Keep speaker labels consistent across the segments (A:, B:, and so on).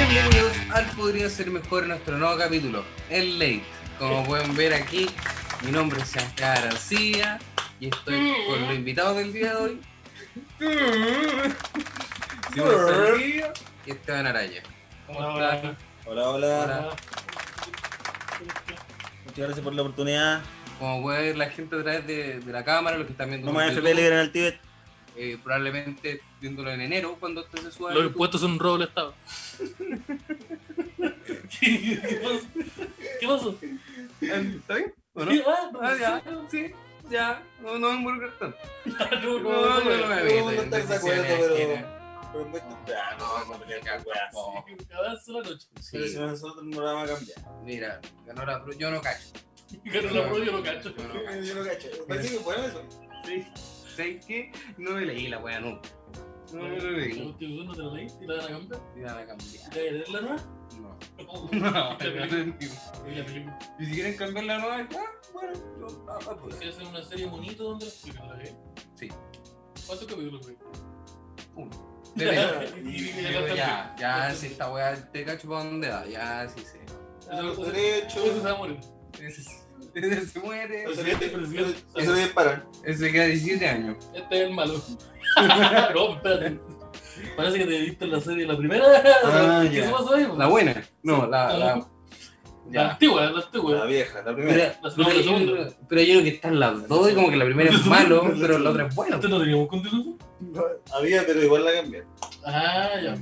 A: Bienvenidos al Podría Ser Mejor nuestro nuevo capítulo, el Late. Como pueden ver aquí, mi nombre es Giancarlo García y estoy con los invitados del día de hoy. Simón Saldivia y Esteban Araya. ¿Cómo
B: Hola,
A: están?
C: Hola, hola,
A: Hola.
C: Muchas gracias por la oportunidad.
A: Como puede ver la gente a través de, de la cámara, los que están viendo
C: No
A: por
C: me
A: YouTube,
C: FP libre en el Tíbet.
A: eh, probablemente viéndolo en enero cuando esto se suba. a
B: Los
A: YouTube.
B: impuestos son un robo del Estado. ¿Qué pasó? ¿Qué pasó?
A: ¿Está bien? ¿O no? Ah,
B: Ah,
A: ya, sí, ya, no, no me involucro tanto.
B: ya. No,
A: No, no,
B: no,
A: no, no
B: no.
A: me
C: no,
A: meto
C: no
A: en
C: estás de
A: decisiones
C: acuerdo, pero-
A: ajenas.
C: Pero muy
A: Ah,
C: temprano, vamos a pelear con weas.
A: No.
B: Avanza la noche.
A: Sí,
C: Pero si nosotros no la vamos a cambiar.
A: mira, ganó la Pro, yo no cacho.
B: Gano la pro, yo lo cacho.
A: Yo no cacho.
C: Yo no cacho. Parece que es bueno eso.
A: Sí, ¿Sabes qué? No me leí la wea nunca. No me lo
B: La
A: leí.
B: última no te la leíste y la van a cambiar.
A: Y la van a cambiar.
B: ¿Te vas a leer la nueva?
A: No. No,
B: No. La
A: no,
B: película.
A: no.
B: La película.
A: Y si quieren cambiar la nueva, ah, bueno, yo ah, ah, pues,
B: Si hacen una serie bonita donde la explican, ¿la ves?
A: Sí.
B: ¿Cuántos capítulos, güey?
A: uno. Depende. Pero
B: ya
A: ya, ya,
B: cambié.
A: si esta wea te cacho para dónde va, ya, sí sé.
C: A los
B: Entonces- entonces se
C: derechos.
B: va a morir.
A: Ese, ese se muere,
C: Eso
B: Entonces-
C: lo disparan.
A: ese queda 17 años.
B: Este es el malo. no, espérate. Parece que te viste la serie la primera.
A: Ah,
B: ¿Qué
A: ya.
B: se pasó ahí? po?
A: La buena, no, la. la
B: La- La
A: ya.
B: antigua, la
C: La
B: antigua.
C: vieja, la primera.
A: Mira,
B: La segunda,
A: pero,
B: la
A: yo,
B: segunda.
A: creo- pero yo creo que están las dos y como que la primera es malo, pero la otra es buena.
B: Antes no teníamos continuación.
C: Había, pero igual la cambié.
B: Ah, ya.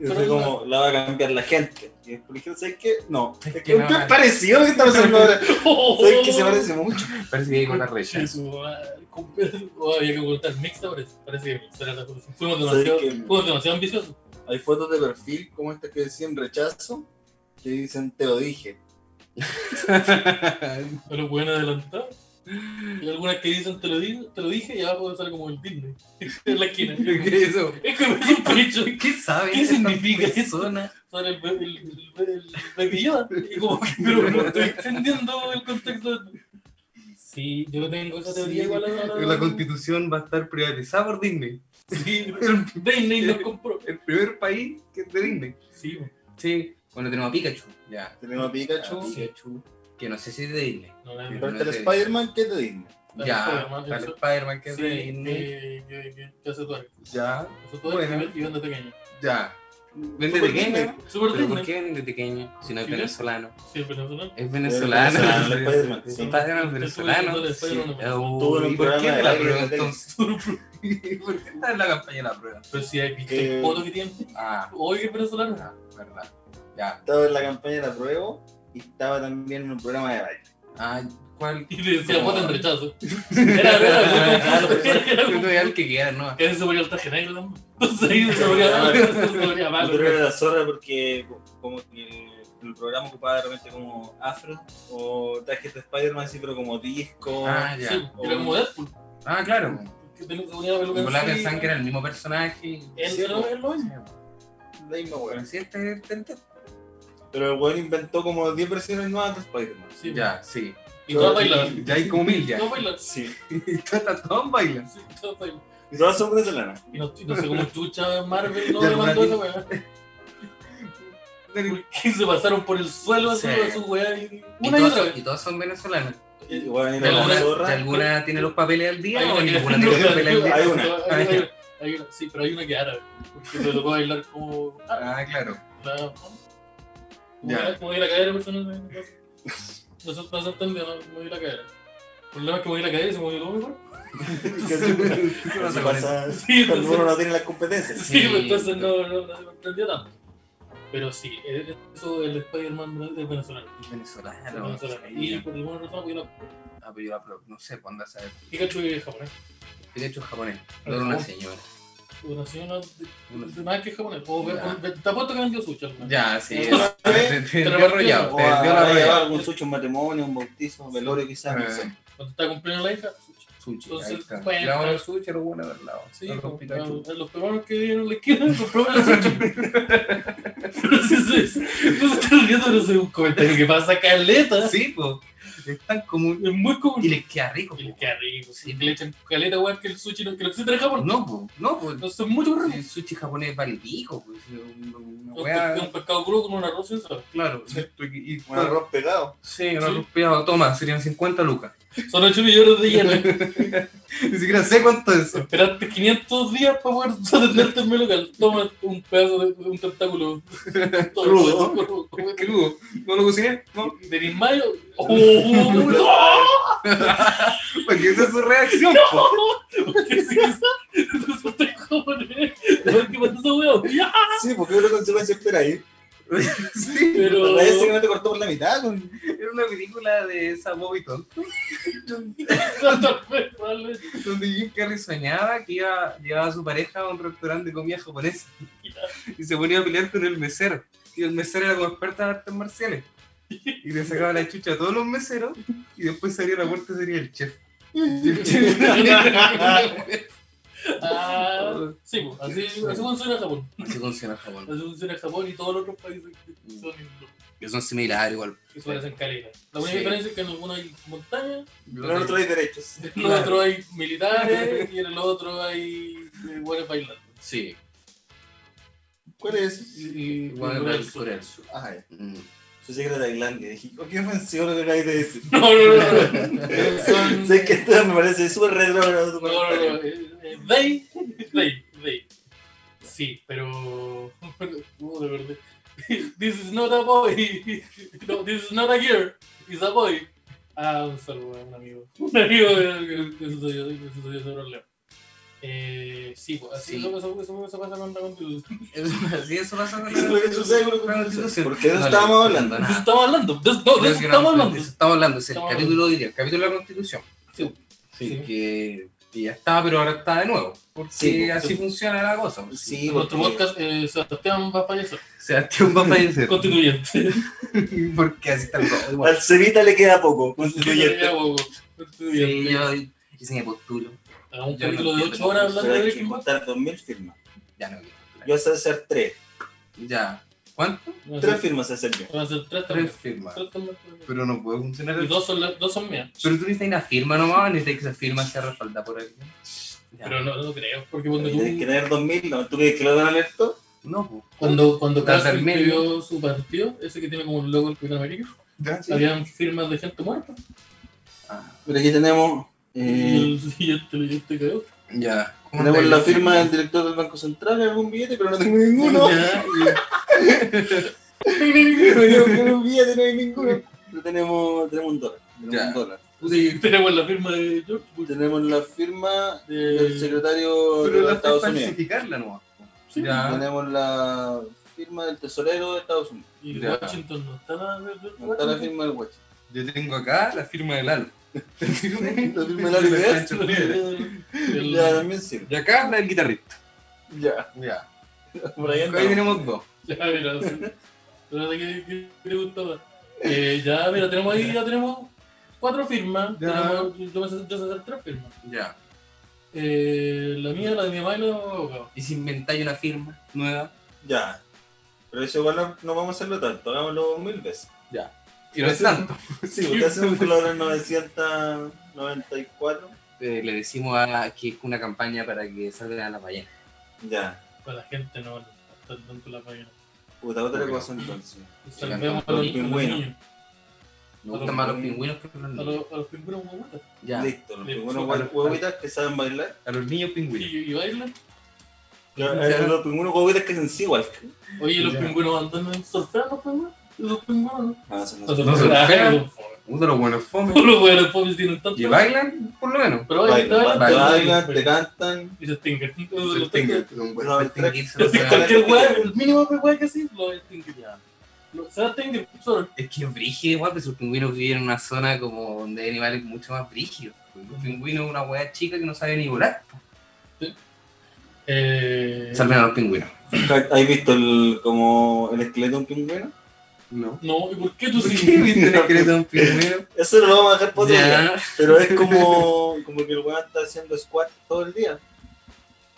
C: Yo
B: Pero
C: sé
B: no.
C: cómo la va a cambiar la gente. Y por ejemplo, ¿sabes qué? No.
A: Es que
C: Es
A: no,
C: tan parecido que estamos haciendo ahora. ¿Sabes qué? Se parece mucho.
A: Parece que hay con la recha.
B: Sí, su- ah, con- oh, Había que cortar mixta, parece. Parece que mixta era la cosa. Fuimos
C: ¿Sabes
B: demasiado,
C: qué?
B: fuimos demasiado ambiciosos.
C: Hay fotos de perfil como estas que decían rechazo. Que dicen te lo dije.
B: Pero pueden adelantar. Y algunas que dicen te lo, di- te lo dije y abajo sale como el Disney. en la esquina.
A: ¿Qué es eso?
B: Es que me hace un pecho.
A: ¿Qué sabe?
B: ¿Qué
A: esta
B: significa eso?
A: persona?
B: sobre el, el, el, el Baby Yoda. Y como que, pero no estoy entendiendo el contexto. Sí, yo tengo esa teoría
A: Sí,
B: igual a la.
A: La constitución va a estar privatizada por Disney.
B: Sí,
A: El,
B: Disney nos compró.
A: el primer país que es de Disney.
B: Sí,
A: Sí. Bueno, tenemos a Pikachu. Ya.
C: Tenemos a Pikachu.
A: A Pikachu. Que no sé si es de Disney.
B: no la
C: Pero está el Spider-Man que te Disney.
B: Está el
A: ya.
B: Spider-Man,
A: Está el
B: eso.
A: Spider-Man que es
B: Sí,
A: de Disney.
B: que, que, que, que hace tuerca.
A: Ya.
B: Hace tuerca
A: Bueno.
B: y vende pequeño.
A: Ya. Vende
C: Super
A: pequeño.
B: Super
A: ¿Pero por
B: Disney.
A: qué vende pequeño si no es
B: Sí,
A: venezolano?
B: Sí, venezolano.
A: Es
C: Venezolano, el
A: venezolano.
C: Spider-Man, sí.
A: Estás en el venezolano.
B: Estuve viendo el Spider-Man.
C: Tuvo
A: Uy,
C: un
A: ¿y ¿Por
C: programa
A: qué
C: de
A: la
C: radio
A: prueba
C: en la tele.
A: entonces? ¿Por qué está en la campaña de la prueba?
B: Pero si hay visto
C: Eh.
B: el foto que tiene.
A: Ah,
B: Hoy es venezolano.
A: ah, verdad. Ya.
C: Estaba en la campaña de la prueba y estaba también en un programa de baile.
A: Ah, ¿cuál?
B: Y le decía,
A: Como-
B: voten rechazo. Era, era, muy confuso. Era
A: Yo
B: como-
A: doy al que quiera, ¿no? Ah,
B: Que se murió el traje negro también. Entonces ahí se murió se murió
C: El
B: malo.
C: otro era la zorra porque co- como que el, el programa ocupaba de repente como afro o trajes de Spider-Man, sí, pero como disco.
A: Ah,
B: Sí,
A: ya.
B: era como Deadpool.
A: Ah, claro.
B: pues, Que tenía se ponía la peluca.
A: Nicolás
B: así.
A: pensaban que era el mismo personaje.
B: Él
C: Sí,
B: era
C: po.
B: el mismo.
C: La misma
A: Pero
C: weón.
A: sí, este este- este-
C: Pero el weón inventó como 10 versiones nuevas de Spider-Man.
B: Sí,
A: Ya, sí.
B: Y todas bailaban.
A: Ya hay como mil ya.
B: Todas bailaban.
C: Sí.
A: Y todas todas bailan.
B: Sí, todas bailaban.
C: Y todas son venezolanas.
B: Y no, y no sé cómo chucha Marvel no
A: Ya
B: le mandó esa
A: lo
B: weá. Porque se pasaron por el suelo así
A: Sí.
B: a su weá. y-
A: Y
B: Una y otra
A: todas,
B: vez.
A: y todas son venezolanas.
C: Y
B: Eh,
C: weón
A: ¿Y
C: era
B: Ya
C: la
B: alguna-
A: alguna, ¿y
C: zorra.
A: alguna tiene los papeles al día
B: hay
A: o
B: una que-
A: ninguna tiene los papeles al día?
C: Hay una.
B: Hay una- hay una- Sí, pero hay una que árabe. Porque se tocó bailar como. árabe.
A: Ah, claro.
B: La-
A: Ya.
B: Como como que la cadera, persona. No, no, no, se- no se entendió, no moví la cadera. El problema es que moví la cadera y se movió todo mi cuerpo.
C: ¿Qué pasa?
B: Sí,
C: Cuando
B: entonces,
C: uno no tiene las competencias.
B: sí,
A: Sí.
B: entonces no, no, no se comprendió tanto. Pero sí, eh, eso del Spider-Man del venezolano. del
A: Venezolano.
B: venezolano. Y por alguna razón, porque no.
A: Ah, pero yo la pro- no sé, pues anda a saber.
B: Pikachu es japonés.
A: Pikachu es japonés. No era una señora.
B: O nació no, de,
A: Una-
B: de nada que es japonés. O,
A: Ya.
B: o- te apuesto que vendió sushi al menos.
A: Ya, sí.
C: Sí.
A: es-
B: ¿Eh?
A: Te te- te dio arrollado.
C: O
A: Te
C: a,
A: dio la
C: a llevar
A: arrollado.
C: algún sucho, un matrimonio, un bautizo, un velorio quizás. no sé.
B: Cuando está cumpliendo la hija, sushi.
A: Sushi, ahí
B: Entonces,
A: está.
B: bueno.
A: Le vamos a dar sushi a los buenos del lado.
B: Sí, pues,
A: A los
B: como que a,
A: Pikachu.
B: a los peruanos que no les quedan, compraron los sushi. Pero si eso es- No se están riendo, pero eso es un comentario que pasa caleta.
A: Sí, pues. Es tan común.
B: Es muy común.
A: Y les queda rico. pues.
B: Y
A: po.
B: queda rico. Sí, que le echan caleta, weón, que el sushi no, que lo que se trae en Japón.
A: No, pues. No, pues.
B: No son mucho más ricos.
A: El sushi japonés vale pico, pues. es Una, una
B: Un,
A: weá.
B: un pescado crudo con un arroz y eso.
A: Claro.
B: Sí.
A: Y, y-
C: Un arroz pegado.
A: Sí, un arroz pegado. Toma, serían 50 lucas.
B: Son 8 millones de yenes.
A: Ni siquiera sé cuánto es eso.
B: Esperaste 500 días para poder atenderte en mi local. Toma un pedazo de un tentáculo.
A: Crudo.
B: Crudo.
A: Crudo. ¿No lo cociné? ¿No?
B: ¿Tenís mayo? ¡Oh! ¡No!
A: Porque Pues, esa es su reacción, po.
B: ¿Qué es eso? Entonces, ¿por qué japonés? ¿Por qué mató esa weón? ¡Ya!
C: Sí, porque una consecuencia espera ahí.
A: Sí.
B: Pero.
C: La S que no te cortó por la mitad. Con...
A: Era una película de esa Bobby Tonto,
B: Vale.
A: donde Jim Carrey soñaba que iba, llevaba a su pareja a un restaurante de comida japonesa y se ponía a pelear con el mesero. Y el mesero era como experto en artes marciales. Y le sacaba la chucha a todos los meseros y después salía a la puerta y sería el chef. Y el chef era-
B: Ah, sí, pues, así, así funciona Japón.
A: Así funciona Japón.
B: Así funciona Japón y todos los otros países que son,
A: Que son similares igual.
B: que son hacen caletas. La única
A: Sí.
B: diferencia es que en algunos hay montañas,
C: Pero no traes derechos.
B: en el
A: Claro.
B: otro hay militares y en el otro hay eh, buenos bailando.
A: Sí,
C: ¿Cuál es?
B: Y,
A: igual
B: Corea del
A: el
B: Sur.
A: Corea del Sur.
C: Ay,
A: Mm.
C: yo llegué a Tailandia. Dije, "Oh, ¿qué ofensivo lo que acabas de decir?
B: No, no, no. no. Son-
C: Sé que esto me parece súper retrógrado. tu
B: No, no,
C: comentario.
B: no. eh, eh, They, they, they. Sí, pero. ¿Cómo de verdad? This is not a boy. No, this is not a girl. It's a boy. Ah, un saludo a un amigo. Un amigo de que estudió ese problema. Eh, sí, pues, así
A: Sí.
B: eso, pasa- eso, eso pasa con Dragon Ball.
A: Sí, eso pasa con
C: Eso es lo que sucede con la
A: Con la
C: constitución.
A: Constitución.
C: Porque de eso
A: No,
C: estábamos
A: no,
C: hablando.
B: De
A: no,
B: eso
A: no.
B: estamos hablando. De eso, no, de
A: Creo
B: eso
A: que
B: estamos
A: no,
B: hablando.
A: de eso estamos hablando, es el
B: Estamos
A: capítulo, diría, el capítulo de la Constitución.
B: Sí.
A: Sí,
B: Sí.
A: Que, que ya está, pero ahora está de nuevo. Porque
C: Sí,
A: así
B: sí.
A: funciona la cosa.
C: Sí,
B: En nuestro
C: porque-
B: podcast, eh, Sebastián va a fallecer.
A: Sebastián va a fallecer.
B: Constituyente.
A: porque así está el todo.
C: Al Cevita le queda poco.
B: Constituyente.
C: Constituyente.
B: Constituyente.
A: Sí, yo, yo sí me postulo.
B: Hagamos un
A: Yo
B: capítulo
A: no
B: de
A: entiendo
B: 8 horas
A: cómo
B: hablando
C: Pero
B: de
C: hay que
B: Breaking Bad.
C: juntar 2.000 firmas.
A: Ya no quiero
C: Yo
A: postular.
C: sé hacer 3.
A: Ya. ¿Cuánto?
C: Tres firmas sé hacer yo.
B: Van a ser 3
A: Tres
B: también.
A: firmas.
B: Tres también.
A: Pero no puede funcionar
B: Y
A: el...
B: dos son, las- dos son mías.
A: Pero tú necesitas una firma nomás, necesitas que esa firma sea respaldada por alguien. Ya.
B: Pero no, no creo. Porque cuando tú.
C: Tienes que tener 2.000, ¿no? ¿Tú crees que lo van a leer todo?
A: No, pues.
B: Cuando, cuando
A: Las
B: Castro
A: del medio.
B: escribió su partido, ese que tiene como un logo el Capitán América, habían firmas de gente muerta.
A: Ah,
C: Pero aquí tenemos. eh,
B: Y el siguiente lo hiciste cagó.
A: ya.
B: Mm.
A: ¿Cómo
C: Tenemos
A: te-
C: la firma del director del Banco Central en algún billete, pero no tengo ninguno.
A: Ya, y-
C: Tengo un billete, no hay ninguno. Pero tenemos, tenemos un dólar. Tenemos
A: Ya.
C: un dólar.
A: puta, y-
B: Tenemos la firma de George Bush.
C: Tenemos la firma del
B: Eh,
C: secretario de
A: Pero la
C: los
A: puedes
C: Estados Unidos.
A: falsificarla nomás. po.
B: Sí.
A: Ya.
C: Tenemos la firma del tesorero de Estados Unidos.
B: Y
A: Ya.
B: Washington no está la de George
C: No está la
B: Washington.
C: firma del Watch.
A: Yo tengo acá la firma del Lalo. La firma
C: La firma del Lalo Ideas.
A: Pancho Piedra.
B: El-
C: Ya, también sirve.
A: Y acá la del guitarrista.
C: Ya.
A: Ya.
C: Por ahí
A: Ahí
C: andamos.
A: tenemos dos.
B: Ya, mira, sí. Pero de que- que te gustaba. Eh, ya, mira, tenemos ahí, ya tenemos cuatro firmas.
A: Ya.
B: Tenemos- yo, me sé, yo sé hacer tres firmas.
A: Ya.
B: Eh, la mía, la de mi mamá y la de mi abogado.
A: Y si inventáis una firma nueva.
C: Ya. Pero eso igual no, no vamos a hacerlo tanto, hagámoslo mil veces.
A: Y no es tanto.
C: Sí, porque hacemos por la hora 994.
A: Eh, le decimos a que es una campaña para que salgan a la ballena.
C: Ya.
B: Para la gente no no está tanto la página.
C: Puta, otra cosa entonces.
B: Salvemos a
A: a los
B: los, a los
C: pingüinos.
B: niños,
A: Me gustan más los pingüinos que los
B: a
A: niños.
B: los, a los pingüinos como puta.
A: Ya.
C: Listo, los
B: Listo.
C: pingüinos guay- guaguitas que saben bailar.
A: A los niños pingüinos.
B: Y, y bailan.
C: Ya,
A: Ya.
C: eh, Los pingüinos guaguitas que se igual.
B: Oye, los
A: Ya.
B: pingüinos andan surfeando, pingüinos. Los pingüinos.
C: Ah, eso no
B: No
C: se-
A: no surfean.
B: surfean.
A: Uno de los buenos fome.
B: Los buenos pobres tienen tanto.
A: Y bailan, por lo menos.
B: Pero bailan,
C: Bailan,
A: bailan,
C: bailan, te cantan.
B: Y se extinguen.
A: Se
B: Los-
A: extinguen. Son
C: No,
A: buenos.
C: el
A: Se extinguen, se
C: tres-
A: los
B: Sí,
C: Pero
A: sacan.
B: cualquier
C: la-
B: weá, el mínimo de weá que sí, lo va a extinguir. Lo- Se va a extinguir solo.
A: Es que es brígido igual, pero sus pingüinos viven en una zona como donde hay animales mucho más brígidos. Un pingüino es una hueá chica que no sabe ni volar.
B: Eh,
A: Salven a los pingüinos.
C: ¿Has visto el, como el esqueleto de un pingüino?
A: No.
B: No, ¿y por qué tú
A: ¿Por
B: sí?
A: qué viste Necretón primero?
C: Eso lo vamos a dejar por otro día.
A: Ya.
C: Pero es como, como que el weón está haciendo squat todo el día.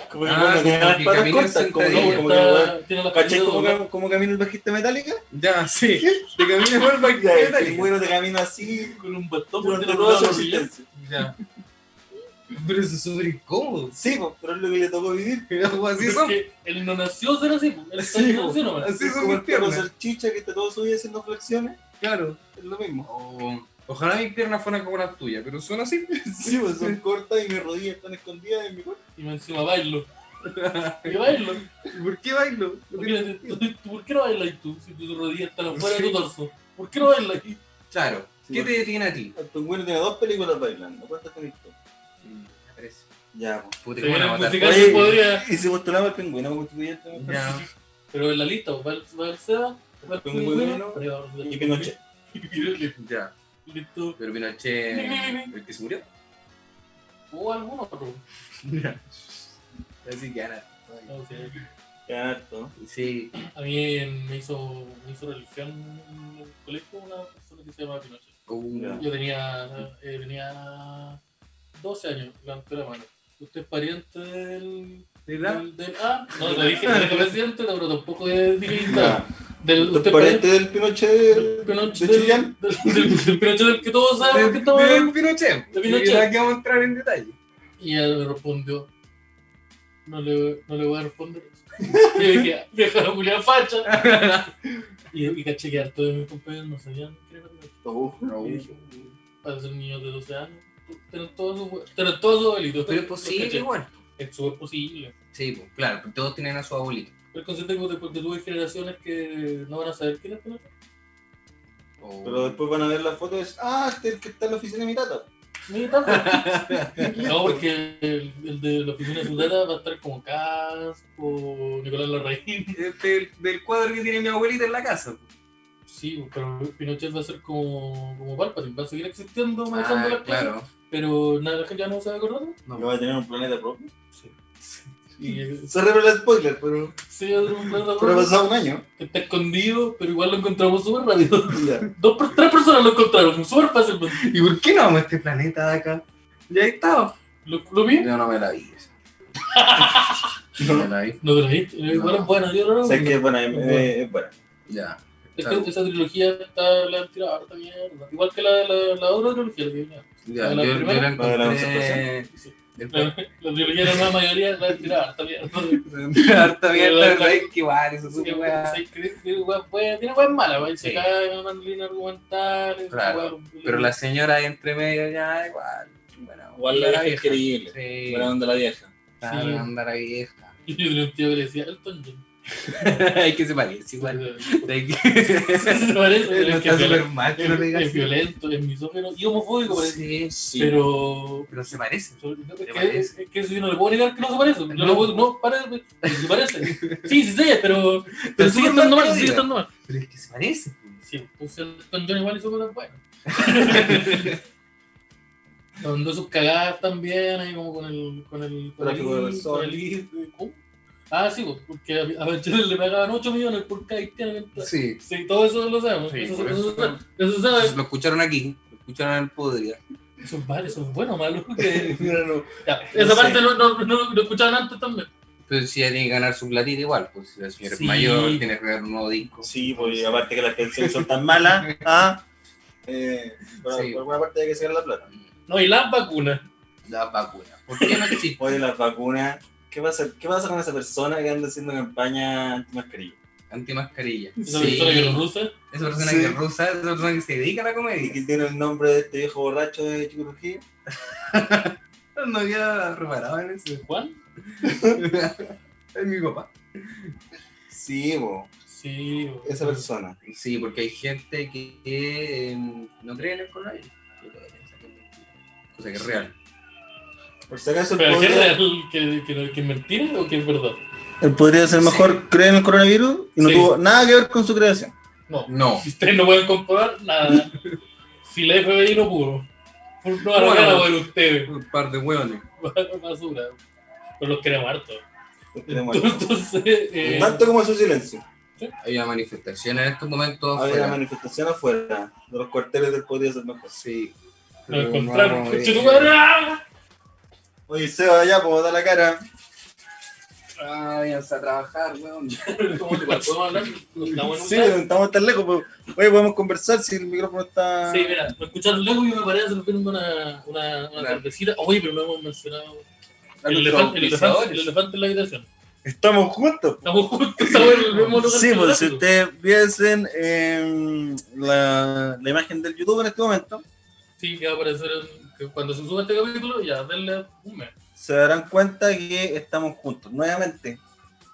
C: Como que el
A: Ah,
C: weón no tiene
A: como
C: las
A: que
C: patas
A: camina
C: cortas. Como,
B: No,
A: sentadilla.
C: como que el weón.
B: está- tiene la
C: ¿Cachai
B: cabeza
C: cómo,
B: doblada.
C: cam- cómo camina el bajista metálica?
A: Ya, sí. Te caminas por el
C: Ya,
A: banquillo,
C: el
A: dale.
C: bueno te camina así.
B: con un bastón porque
C: Durante
B: no
C: toda su
B: lo
C: existencia.
A: Ya. Pero eso es súper incómodo.
C: Sí, pues, pero es lo que le tocó vivir.
A: Algo Así son.
B: Él no nació ser así, po. él está
A: Sí,
B: nació
A: po.
B: nomás.
A: Así
C: es
A: son
C: como
A: mis
C: el perro
A: piernas.
C: salchicha que está todo su día haciendo flexiones.
A: Claro.
C: Es lo mismo.
A: O- Ojalá mis piernas fueran como las tuyas, pero son así.
C: Sí, pues son cortas y mis rodillas están escondidas en mi cuerpo.
B: Y me encima bailo. Y bailo.
A: ¿Por qué bailo? No tiene
B: Mira, tú-
A: sentido.
B: tú- ¿Por qué no bailas tú si tus rodillas están afuera de
A: Sí.
B: tu torso? ¿Por qué no bailas?
A: Claro.
C: Sí,
A: ¿Qué
C: bueno.
A: te detiene a ti?
C: El pingüino tiene dos películas bailando. ¿Cuántas tenés tú? Ya, pues.
A: Puta,
B: Se
A: ¿cómo
B: viene
A: la
B: el
A: botaste?
B: musical
C: Oye.
B: y podría.
C: Y si postulamos al pingüino como constituyente. ¿no?
A: Ya.
B: Pero en la lista, va el va el Seba, va el
C: Pingüino.
B: pingüino. pero va el-
C: Y Pinochet.
B: Y Pinochet.
A: Ya.
B: Listo.
A: Pero Pinochet, el que se murió.
B: O algún otro.
A: Ya. Así que ahora. ay,
B: No sé.
C: Exacto.
A: Sí.
B: A mí eh, me hizo, me hizo religión en el colegio una persona que se llama Pinochet.
A: Uh,
C: Ya.
B: Yo tenía, eh, tenía 12 años, levanté la mano. ¿Usted es pariente del,
A: ¿Verdad?
B: del, del- Ah, no lo dije, no dije presidente, no, pero tampoco es
C: Ya.
B: dirigista. Del,
C: ¿Los
B: ¿Usted es
C: parientes
B: pariente
C: del Pinochet de,
B: del Pinochet?
C: de
B: Del,
C: Chillán?
B: del- del- del Pinochet del que todos sabemos que
A: Eh, De-
B: estamos
A: de
B: hablando.
A: Pinochet.
B: De
A: De
B: Pinochet.
A: Pinochet. Aquí vamos a entrar en detalle.
B: Y él me respondió, no le, no le voy a responder. Y yo dije, vieja la culia facha. Y, y caché que harto de mis compañeros no sabían qué era Pinochet.
C: Oh,
A: No.
B: Y dije, para ser niños de 12 años, tener todos sus hue- tener todos sus abuelitos.
A: Pero es posible
B: Caché.
A: igual.
B: Es súper posible.
A: Sí, pues, claro, pero todos tienen a su abuelito.
B: Pero consciente como después que tuve generaciones que no van a saber quién es Pinochet.
A: O-
C: Pero después van a ver las fotos. es, Ah, este es el que está en la oficina de mi tata.
B: Ni tampoco. No, porque el, el de la oficina de su tata va a estar como Casco, Nicolás Larraín.
A: Este, el- del cuadro que tiene mi abuelita en la casa. pues.
B: Sí, pero Pinochet va a ser como, como Palpatine, va a seguir existiendo, manejando
A: Ah,
B: las cosas, pero nada, la gente ya no se va a acordar.
A: No.
C: Que va a tener un planeta propio.
B: Y eh,
C: Sorry por el spoiler, pero,
B: sí, es un planeta
C: pero ha pasado un año.
B: que está escondido, pero igual lo encontramos súper rápido.
C: Ya.
B: Dos, per- tres personas lo encontraron, súper fácil. pues.
A: ¿Y por qué no vamos a este planeta de acá? Ya ahí estaba.
B: ¿Lo, lo vi?
A: Yo no me la vi. esa. No me
C: No.
A: la vi.
B: No te lo viste. Eh,
A: No.
B: Bueno, bueno, yo no lo
C: Sé
B: vi.
C: que es buena, eh, es buena.
A: Ya.
B: Es
A: Claro.
B: que esa trilogía está, la han tirado harta mierda. Igual que la, la, la otra trilogía. La, trilogía.
A: ya. Yo,
B: ¿La
A: yo
B: primera?
A: la
C: ¿La de la
A: encontré.
B: la, la trilogía de la mayoría la han tirado harta mierda.
A: Harta bien, la
B: La- la-
A: verdad es que igual, eso es
B: Sí,
A: una
B: weá,
A: weá.
B: sí, creo que, weá, puede- Tiene weas malas, weá, y se
A: Sí.
B: cae en una línea argumental.
A: Claro,
B: weá,
A: Pero la señora ahí entre medio ya igual. Bueno, vieja.
C: increíble.
A: Sí,
C: onda la vieja.
A: claro,
B: Sí.
A: andar a vieja.
B: Yo tenía un tío que le decía Elton John.
A: Hay que se parece igual. Hay que-
B: Se parece, pero
A: No
B: es que
A: está
B: es violen-
A: súper mal que no
B: es-
A: le digas
B: es
A: así.
B: violento, es misógino y homofóbico, parece.
A: Sí,
B: Pero.
A: pero se parece.
B: Es que,
A: parece?
B: es que si no le puedo negar que no se parece. No,
A: No.
B: le puedo, no, parece, se parece. Sí, sí, sí, pero, pero
A: Pero
B: sigue
A: es súper
B: estando
A: mal que
B: mal,
A: lo
B: sigue
A: diga.
B: estando mal.
A: Pero es que se parece.
B: Sí, entonces Elton John igual hizo cosas buenas. Donde sus cagadas también, ahí como con el. Con el con el,
C: Tráfico de
B: con
C: personas.
B: el- ¿cómo? Ah, sí, pues, porque a a Bachelet le pagaban 8 millones por cada cristiano que entraba.
A: Sí.
B: Sí, todo eso lo sabemos.
A: Sí,
B: eso,
A: por
B: eso,
A: eso.
B: se sabe, eso se sabe.
A: Lo escucharon aquí, lo escucharon en el podría.
B: Eso es malo, eso es bueno, malo. que-
C: Mira, no.
B: Ya, esa
C: Sí.
B: parte no, no, no lo escuchaban antes también.
A: Pero Pues si ella tiene que ganar su platita igual, pues si la señora
B: Sí.
A: es mayor, tiene que ganar un nuevo disco.
C: Sí, porque aparte que las pensiones son tan malas, ah, eh, por,
A: Sí.
C: por alguna parte hay que sacar la plata.
B: No, y las vacunas.
A: La vacuna. ¿Por qué no existe?
C: Oye, las vacunas, ¿qué pasa, ¿qué pasa con esa persona que anda haciendo campaña antimascarilla?
A: Antimascarilla.
B: Esa
A: Sí.
B: persona que los rusa.
A: Esa persona
C: Sí.
A: que es rusa, esa persona que se dedica a la
C: Y
A: comedia.
C: que tiene el nombre de este viejo borracho de Chicología.
A: No había reparado en eso.
B: ¿Juan?
A: es mi papá.
C: Sí, bo,
B: Sí. o-
C: esa persona.
A: Sí, porque hay gente que, que, eh, no cree en el coronavirus. que todavía piensa que es mentira. Cosa que es real.
C: Por si acaso, él
B: ¿Pero qué es
C: podría,
B: real? ¿Que, que, que es mentira o que es verdad?
C: él podría ser mejor, cree en el coronavirus y no
B: Sí.
C: tuvo nada que ver con su creación.
B: No.
A: No.
B: Si ustedes no pueden comprobar nada. si la FBI no pudo. Por no van
A: Bueno.
B: a ganar por ustedes.
A: Un par de hueones.
B: Basura. Pero los queremos harto.
C: Lo queremos.
B: Entonces. eh,
C: Tanto como su silencio.
A: Había manifestaciones en estos momentos.
C: Había
A: afuera.
C: una manifestación afuera de los cuarteles del podría ser mejor.
A: Sí.
B: No
A: Pero
B: encontraron.
A: no,
B: ¡Conche tu
A: eh,
B: madre! ¡Ah!
C: Oye, Seba, ya, pues da la cara.
A: Ay, hasta trabajar, weón.
B: ¿Cómo te pasó? ¿Podemos hablar? ¿No estamos en un
C: Sí,
B: plan?
C: estamos tan lejos, pero oye, podemos conversar si el micrófono está.
B: Sí, mira, me escucharon luego y me paré a servirme una, una, una
A: Claro.
B: cervecita. Oye, pero no hemos mencionado
A: A
B: el
A: nuestros
B: elefante, el, elefante, el
A: auspiciadores.
B: elefante en la habitación.
C: Estamos juntos.
B: Estamos juntos, estamos en el mismo lugar.
C: Sí,
B: que
C: pues si
B: nosotros.
C: ustedes viesen em, la, la imagen del YouTube en este momento,
B: Sí, que va a aparecer en- que cuando se suba este capítulo, ya, denle un mes.
C: se darán cuenta que estamos juntos nuevamente,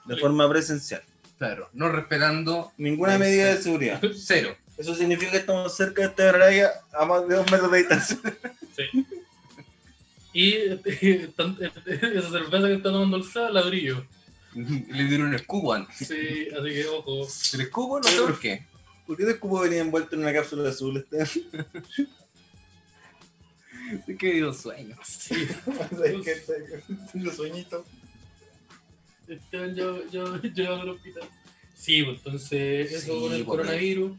C: de
B: Sí.
C: forma presencial.
A: Claro, no respetando
C: Ninguna
A: Sí.
C: medida de seguridad.
A: cero.
C: Eso significa que estamos cerca de esta raya a más de dos metros de distancia.
B: Sí. Y este, tan- este, esa cerveza que está tomando el Seba, ladrillo.
A: Le dieron un escubo antes.
B: Sí, así que ojo.
A: El escubo no sé por qué.
C: ¿Por qué el cubo venía envuelto en una cápsula azul? Este?
A: Es que dio sueño.
B: Sí.
C: Tengo sueñito.
B: Esteban, yo, yo, yo abro el hospital. Sí, pues entonces, eso
A: Sí,
B: con el
A: pues,
B: coronavirus.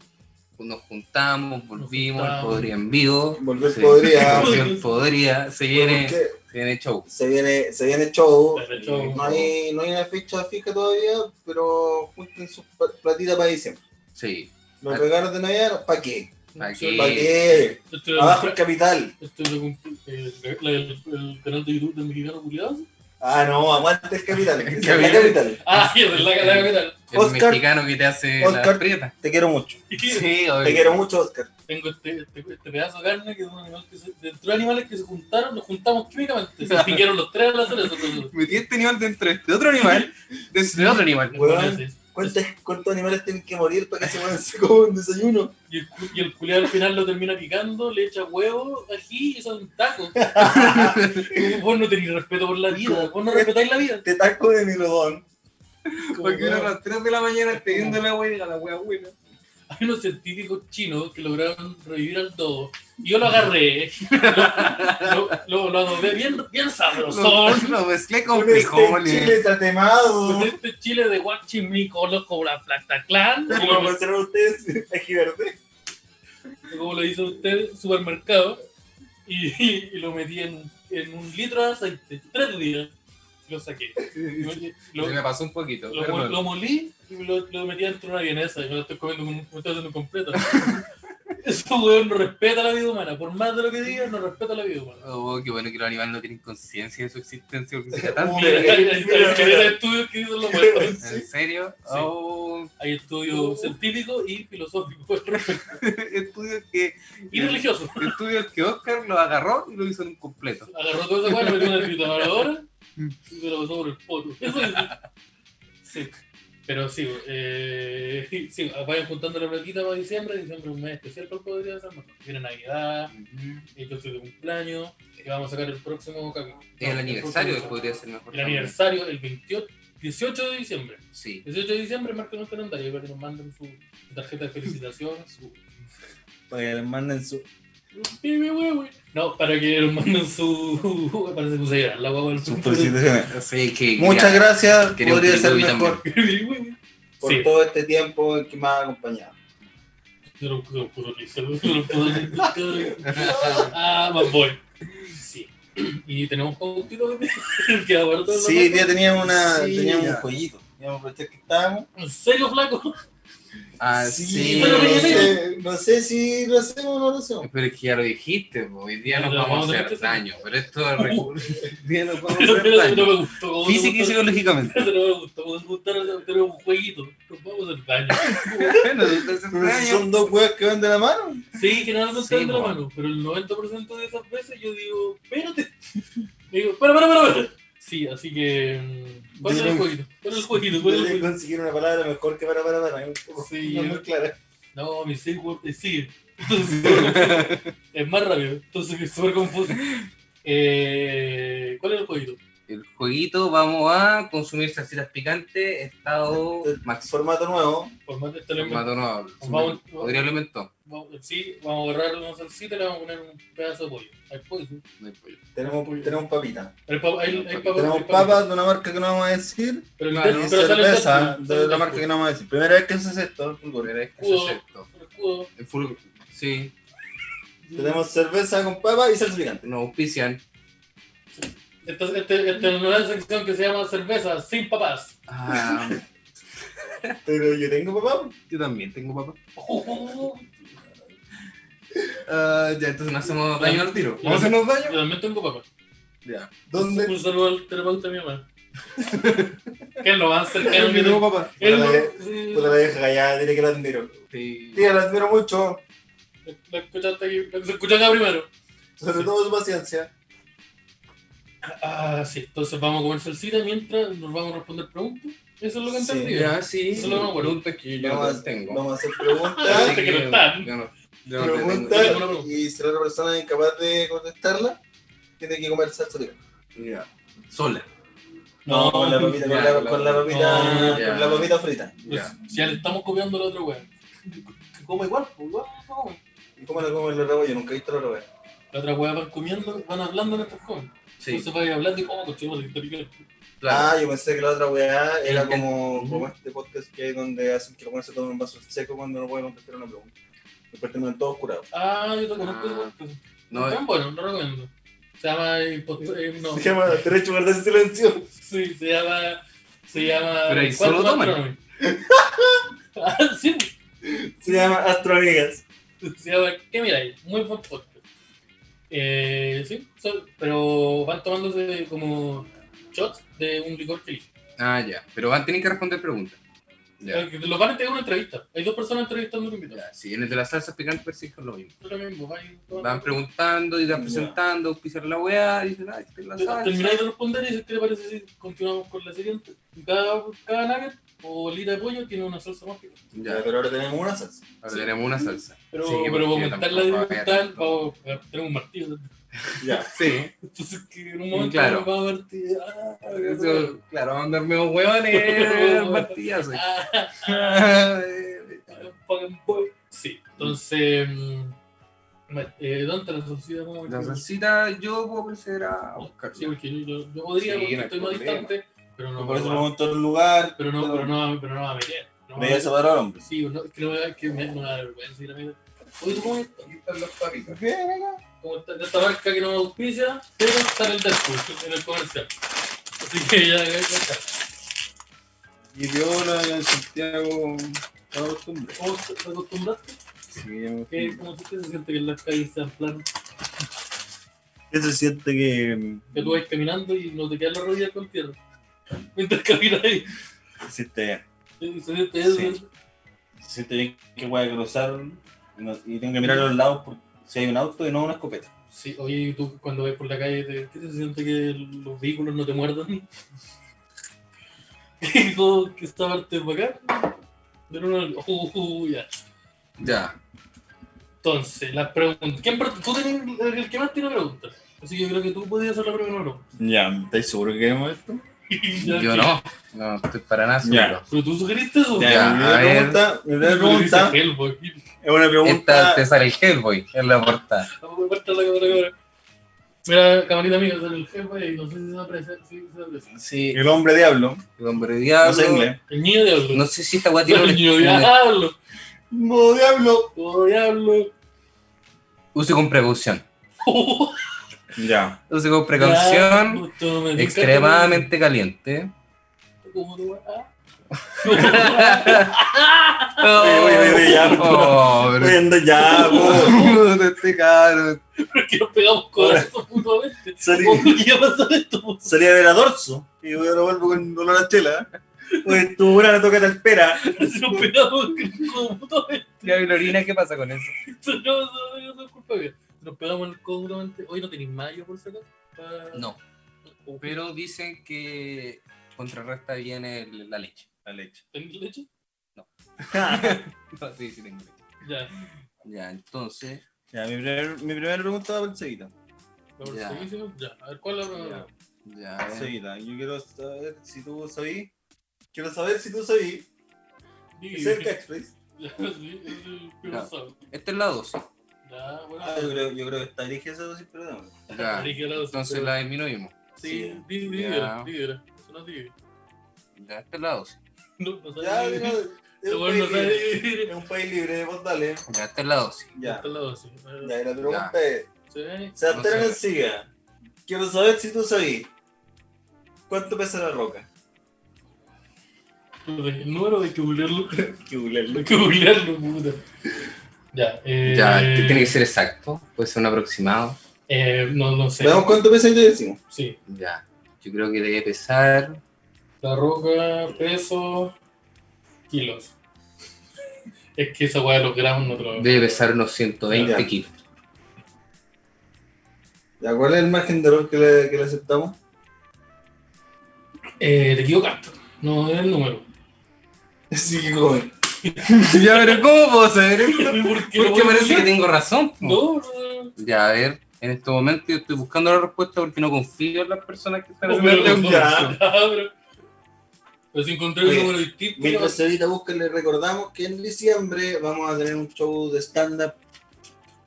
A: Nos juntamos, volvimos,
B: Nos
A: el
B: juntamos.
A: podría en vivo.
C: Volver
A: Sí.
C: podría.
A: Volver podría. Se viene,
C: porque
A: se viene show.
C: Se viene, se viene show.
B: Se viene show.
C: No, hay, no hay una fecha fija todavía, pero junten su pa- platita para diciembre.
A: Sí.
C: Los
A: Ah.
C: regalos de Navidad, ¿para qué?
A: ¿Para
B: Sí.
C: ¿Para
A: Sí.
C: qué?
B: Yo estoy-
C: Abajo el capital.
B: Esto es lo cumple- eh, el, el- el canal de YouTube del mexicano culiado.
C: Ah, no, aguante el capital.
A: El
C: Es la
A: capital.
C: capital.
B: Ah, sí, es la la capital.
A: El
C: Oscar-
A: mexicano que te hace la
C: Oscar-
A: prieta.
C: Te quiero mucho.
A: Sí,
C: Te
A: obvio.
C: quiero mucho, Oscar.
B: Tengo este, este, este pedazo de carne que es un animal que se, de tres animales que se juntaron, nos juntamos químicamente. Se piqueron los tres a la zona.
A: Metí este animal dentro de este otro animal. Dentro de otro animal.
C: Weón. ¿Cuántos, cuántos animales tienen que morir para que se puedan hacer como un desayuno?
B: Y el, cu- y el culiado al final lo termina picando, le echa huevo, ají y son tacos. vos no tenés respeto por la vida, vos no respetáis la vida.
C: Te Este taco de milodón. Como,
A: Porque eran las 3 de la mañana
B: te viendo
A: la wea y la wea buena.
B: Hay unos científicos chinos que lograron revivir al dodo. Y yo lo agarré, lo, lo, lo adobé bien, bien sabrosón.
A: Los lo mezclé con
C: Con este
A: frijoles.
C: chile tatemado.
B: Con este chile de guachimico, loco, la plataclán,
C: Como
B: como,
C: mostraron ustedes aquí verde.
B: como lo hizo usted, supermercado, y, y lo metí en, en un litro de aceite, tres días, y lo saqué. Lo, lo-
A: Se me pasó un poquito.
B: lo-
A: pero
B: lo molí y lo, lo metí dentro de una vienesa, y me lo estoy comiendo, con- me estoy haciendo completo. Eso, weón, no respeta la vida humana, por más de lo que diga, no respeta la vida humana.
A: Oh, qué bueno que los animales no tienen conciencia de su existencia porque se tan
C: Uy,
B: Mira, hay, hay- hay
C: mira, mira.
B: estudios que dicen lo mismo.
A: ¿En serio? Oh,
B: Hay estudios científicos y filosóficos
A: estudios que
B: y religiosos.
A: estudios que Oscar lo agarró y lo hizo en un completo.
B: Agarró toda esa cuadra, metió una trituradora y se la pasó por el poto. Eso es. Sí. Pero sí, eh, sí, vayan juntando la platita para diciembre. Diciembre es un mes especial para el Podría Ser Mejor. Viene Navidad, y yo estoy de cumpleaños y vamos a sacar el próximo capítulo.
A: El
B: No,
A: aniversario
B: próximo-
A: podría ser mejor.
B: El aniversario, el 28, 18 de diciembre.
A: también. Sí.
B: 18 de diciembre, marquen un calendario para que nos manden su tarjeta de felicitación, su
C: Para que les manden su.
B: Pibe, güey, güey. No, para que nos manden su. Parece que se la guagua del
A: Sí, que
C: Muchas
A: quería-
C: gracias.
A: quería un
C: Podría ser
A: tributo
C: mejor
B: Pibe, güey, güey.
C: por
B: Sí.
C: todo este tiempo en que me ha acompañado.
B: Se lo- se lo puso listo, se lo puso listo. Ah, más voy. Sí. Y tenemos pautito que queda para todo el
C: Sí, hoy
B: rato.
C: día teníamos, una,
A: Sí,
C: teníamos un
A: ya.
C: jueguito. Teníamos que aprovechar que estábamos.
B: ¿En serio, flaco?
A: Ah, sí.
C: pero no,
B: Pero
A: Pero,
C: sé, no sé si lo hacemos o no lo hacemos.
A: es que ya lo dijiste, po, hoy día nos
B: Pero
A: vamos
B: vamos a
A: a
B: tener
A: hacer
B: que hacer-
A: daño, pero esto es recurso. Hoy día nos vamos a
B: Pero
A: hacer
B: no
A: daño.
B: me gustó. ¿cómo te
A: Física y
B: gustó?
A: psicológicamente.
B: Pero no me gustó. ¿cómo te gustó? Tenemos un jueguito. Nos vamos a hacer daño.
A: Bueno, nos vamos a hacer
C: Pero si
A: daño.
C: son dos weas que van de la mano.
B: Sí, generalmente
A: Sí,
B: sí, la
A: po.
B: mano, pero el 90% de esas veces yo digo, espérate. Digo, espera, espera, espera, espera. Sí, así que. mm, ¿Cuál es el
C: Dile-
B: jueguito? ¿Cuál es el jueguito? ¿Cuál es el
C: Podría
B: jueguito?
C: conseguir una palabra mejor que para para para. Es un poco-
B: Sí,
C: no es
B: yo-
C: muy clara.
B: No, mi safe word es sí. Entonces, es más rápido, entonces es súper confuso. Eh, ¿Cuál es el jueguito?
A: el jueguito, vamos a consumir salsitas picantes, estado
C: Este-
A: máximo.
C: Formato nuevo.
B: Por más de este lo
A: Formato no,
B: Vamos-
A: super- podría lo inventó.
B: inventamos. Sí, vamos a agarrar una salsita y le vamos a poner un pedazo de pollo. Hay pollo. ¿sí?
A: No hay pollo.
C: Tenemos, tenemos papita.
B: Hay papa- hay- hay papa-
C: Tenemos
B: hay papa.
C: papas de una marca que no vamos a decir.
B: Pero,
A: Ah, No,
B: pero
C: Y
B: sale
C: cerveza
B: el-
C: de
B: sale
C: otra
B: el-
C: marca que no vamos a decir. Primera vez que se hace esto, el fulgor.
A: Primera vez que se
B: Escudo.
A: hace esto.
B: el escudo.
A: El fútbol, sí,
C: Tenemos cerveza con papa y salsa picante.
A: nos auspician.
B: Esta este, este es una nueva sección que se llama cerveza sin papás.
A: Ah,
C: Pero yo tengo papá.
A: yo también tengo papá.
B: Yo
A: Ah, ya, entonces no hacemos daño al tiro.
B: ¿No hacemos
A: daño?
B: también tengo papás.
A: Ya.
C: ¿Dónde?
B: Un saludo al terapeuta de mi mamá. que lo van a hacer que
A: Yo tengo papá.
B: Él
C: Puta Pues
B: no-
C: la de-
B: sí,
C: Puta la vieja callada, dile que la admiro.
A: Sí.
C: Tía, la admiro mucho.
B: la escuchaste aquí, la se escuchó acá primero.
C: Sobre todo su paciencia.
B: Ah, sí, entonces vamos a comer salsita mientras nos vamos a responder preguntas. Eso es lo que
C: Sí,
B: entendí.
A: Ya, sí.
B: Solo me acuerdo.
A: preguntas que yo
C: Vamos
A: no
C: a-
A: tengo.
C: Vamos a hacer
A: Así
C: preguntas.
B: que no están.
A: yo no- yo no te tengo.
C: Preguntas
B: tengo una pregunta.
C: y si la otra persona es incapaz de contestarla, tiene que comer salsa picante.
A: Ya. Sola.
C: No, con la
B: pues,
C: papita,
A: ya,
C: con la,
A: la-
C: con la
B: no,
C: papita,
A: ya.
C: con la papita frita.
B: pues,
A: Ya.
B: si ya le estamos copiando a la otra wea. Que come igual, pues igual no come.
C: ¿Y cómo la comen los rabos? Yo nunca he visto los rabos.
B: La otra wea van comiendo, van hablando mientras comen.
A: Sí,
B: Entonces van hablando y oh, cochino, se está picando.
A: claro.
C: Ah, yo pensé que la otra weá era
A: El-
C: como,
A: Ujú.
C: como este podcast que hay donde hacen que los buenos se tomen un vaso seco cuando no pueden contestar una pregunta. Después terminan todos curados.
B: Ah, yo te conozco ese podcast.
A: No, eh.
B: Tan bueno, lo recomiendo. Se llama. impost- eh, no.
C: Se llama derecho a guardar silencio.
B: Sí, se llama. Se llama.
A: Pero ahí
B: ¿Cuánto
A: solo
B: más
A: toman.
B: Astronomy? ah, sí,
C: Se llama Astroamigas.
B: se llama. ¿Qué miráis? Muy buen podcast. Eh, sí, so- pero van tomándose como shots de un licor que eligen.
A: ah, ya. Pero van a tener que responder preguntas. Ya.
B: Eh, Los van a tener una entrevista. Hay dos personas entrevistando a un invitado.
A: ya. Sí, en el de las salsas picantes parece que es pues, lo mismo.
B: Es Lo mismo, vais tomando-
A: Van preguntando y van
C: Ya.
A: presentando, auspiciar la weá, dicen, ah, esta es la
B: Te- Termináis
A: salsa.
B: de responder y dices, ¿qué le parece si continuamos con la siguiente? Cada, cada nugget o bolita de pollo tiene una salsa más picante.
A: Ya,
C: Pero ahora tenemos una salsa.
A: ahora tenemos una salsa.
B: Pero,
A: Sí,
B: pero
A: porque
B: aumentar la
A: tampoco va a
B: dificultad,
A: haber-
B: vamos a tener un martillo.
C: Ya.
A: Sí,
B: Entonces, que en un momento
A: Claro.
B: vamos a partir. Ah,
A: eso, claro, van a andarme unos hueones, martillazo.
B: ah,
A: Eh,
B: fucking boy. Sí, entonces. mm, Eh, ¿Dónde la sociedad? ¿Cómo
A: La
B: que-
A: salsita yo puedo proceder a buscar.
B: Sí, porque yo, yo, yo podría,
A: Sí,
B: porque
A: no hay
B: estoy más
A: problema.
B: distante, pero no,
C: Por eso
B: pero,
C: vamos a todo el lugar.
B: pero no, pero no, pero no va a meter. No va a
C: Me voy a
B: meter.
C: separar, hombre.
B: Sí, no, es que no me da, que me, no me da vergüenza ir a meter. Oye, ¿tú cómo estás?
A: Aquí están los papitas.
B: Como está de esta marca que no auspicia, pero está en el Deadpool, en el comercial. Así que ya, ya, ya está.
C: Y viola en Santiago cada costumbre.
B: ¿Cómo te te acostumbraste?
C: Sí, yo-
B: ¿Qué, ¿Cómo tú te sientes que en las calles sean planas?
C: ¿Qué se siente que
B: Que tú vas caminando y no te quedas la rodilla con tierra. Mientras caminas ahí.
C: hiciste bien?
B: Sí, Se siente eso.
C: Sí. Se siente bien que voy a cruzar y, no- y tengo que mirar a los lados por si hay un auto y no una escopeta.
B: Sí, oye, ¿y tú cuando vas por la calle, te- ¿qué se siente que los vehículos no te muerdan? Digo que esta parte es bacán. Pero no, uh, uh, ya.
A: Ya,
B: Entonces, las preguntas. ¿Quién pre- tú tenés el el que más tiene preguntas. Así que yo creo que tú podías hacer la primera pregunta.
C: Ya, ¿estáis seguro que queremos esto?
B: Ya,
A: yo
B: sí.
A: no, no estoy para nada
C: Ya.
A: seguro.
B: Pero tú sugeriste eso.
C: Ya,
A: Ya,
C: mi
A: a
C: primera
A: ver.
C: pregunta, mi primera
B: Pero dice
C: pregunta
B: Hellboy.
C: es una
A: Esta
C: pregunta.
A: te sale el Hellboy en la portada.
B: Vamos a cortar la cámara, cámara. Mira, camarita mía, sale el jefe y no sé si se va a aparecer. Sí, se va a aparecer.
A: Sí,
C: El hombre diablo,
A: el hombre
C: no
A: diablo.
C: sé inglés.
B: El niño diablo.
A: No sé si esta weá tiene
B: el niño diablo.
C: ¡No, diablo!
B: Oh, diablo.
A: Use con precaución.
B: Oh,
C: Ya.
A: Use con
C: pues,
A: precaución.
B: diablo, tú me
A: Extremadamente caliente.
B: picaste, ¿Cómo te va? Ah.
C: oye, oye, ya,
A: Oh, pero-
C: Viendo ya, po.
A: Puta, este cabrón.
B: ¿Por qué nos pegamos con esto mutuamente?
C: salí,
B: ¿Por qué iba a pasar esto?
C: salí a ver a Dorso y voy a vuelvo con dolor a chela. Pues tu hora toca la espera.
B: Si nos pegamos con mutuamente.
A: Ya, y la orina, ¿qué pasa con eso?
B: No, no, no, no es culpa mía. Nos pegamos el codo mutuamente. Hoy no tenéis mayo, por si acaso. Pa-
A: No, pero dicen que contrarresta bien el- la leche.
C: La leche.
B: ¿Tenéis leche?
A: No, sí, sí tengo leche.
B: Ya.
A: Ya, entonces.
C: Ya, mi, primer- mi primera pregunta va por seguida.
B: Lo
A: Ya.
B: conseguimos, Ya. A ver, ¿cuál es la
A: ya.
B: primera?
A: Ya, a ver.
C: Soyita, yo quiero saber si tú soy. Quiero saber si tú soy.
B: Dime.
C: Ese es el catchphrase.
B: Ya, sí, es el
A: Ya.
B: sabe.
A: Esta Este es la 12.
B: Ya, bueno.
C: Ah, yo creo, yo creo que está dirigida esa dosis, pero no.
A: Ya.
B: Dije la dosis,
A: Entonces
B: pero-
A: la disminuimos.
B: Sí,
C: sí,
B: di-
A: ya.
B: dígala, dígala. Eso no divide.
A: Ya, esta es la 12.
B: No, no sabe
C: Ya,
B: dividir.
C: mira, es
B: Este
C: un
B: weón no
C: país
B: sabe
C: libre.
B: dividir.
C: Es un país libre, vos dale.
A: Ya, esta es la 12.
C: Ya,
B: Esta es la dosis.
C: ya, y la pregunta es.
B: Sí.
C: Sebastián
A: No sé.
C: García, quiero saber si tú soy. ¿Cuánto pesa la roca?
B: El número Pues de que googlearlo. Hay
C: Que googlearlo.
B: que googlearlo, puta. Ya, eh.
A: Ya, que tiene que ser exacto. Puede ser un aproximado.
B: Eh, no, no sé.
C: Veamos cuánto pesa y te decimos.
B: Sí.
A: Ya. Yo creo que debe pesar.
B: La roca, peso, kilos. Es que esa weá de los gramos no trabaja.
A: Debe pesar unos 120
C: Ya.
A: kilos.
C: ¿Ya cuál es el margen de error que le, que le aceptamos?
B: Eh, te equivocaste. No es el número.
C: Sí, que joven.
A: ya, pero ¿cómo puedo saber esto?
B: ¿Por
A: Porque parece que tengo razón. po.
B: No, no, no.
A: Ya, a ver. En este momento yo estoy buscando la respuesta porque no confío en las personas que están
B: Oh, Pero,
A: haciendo
B: no,
C: ya.
B: cabrón. Pero si encontré un
C: Oye,
B: número distinto.
C: Mientras ahorita busca, le recordamos que en diciembre vamos a tener un show de stand-up.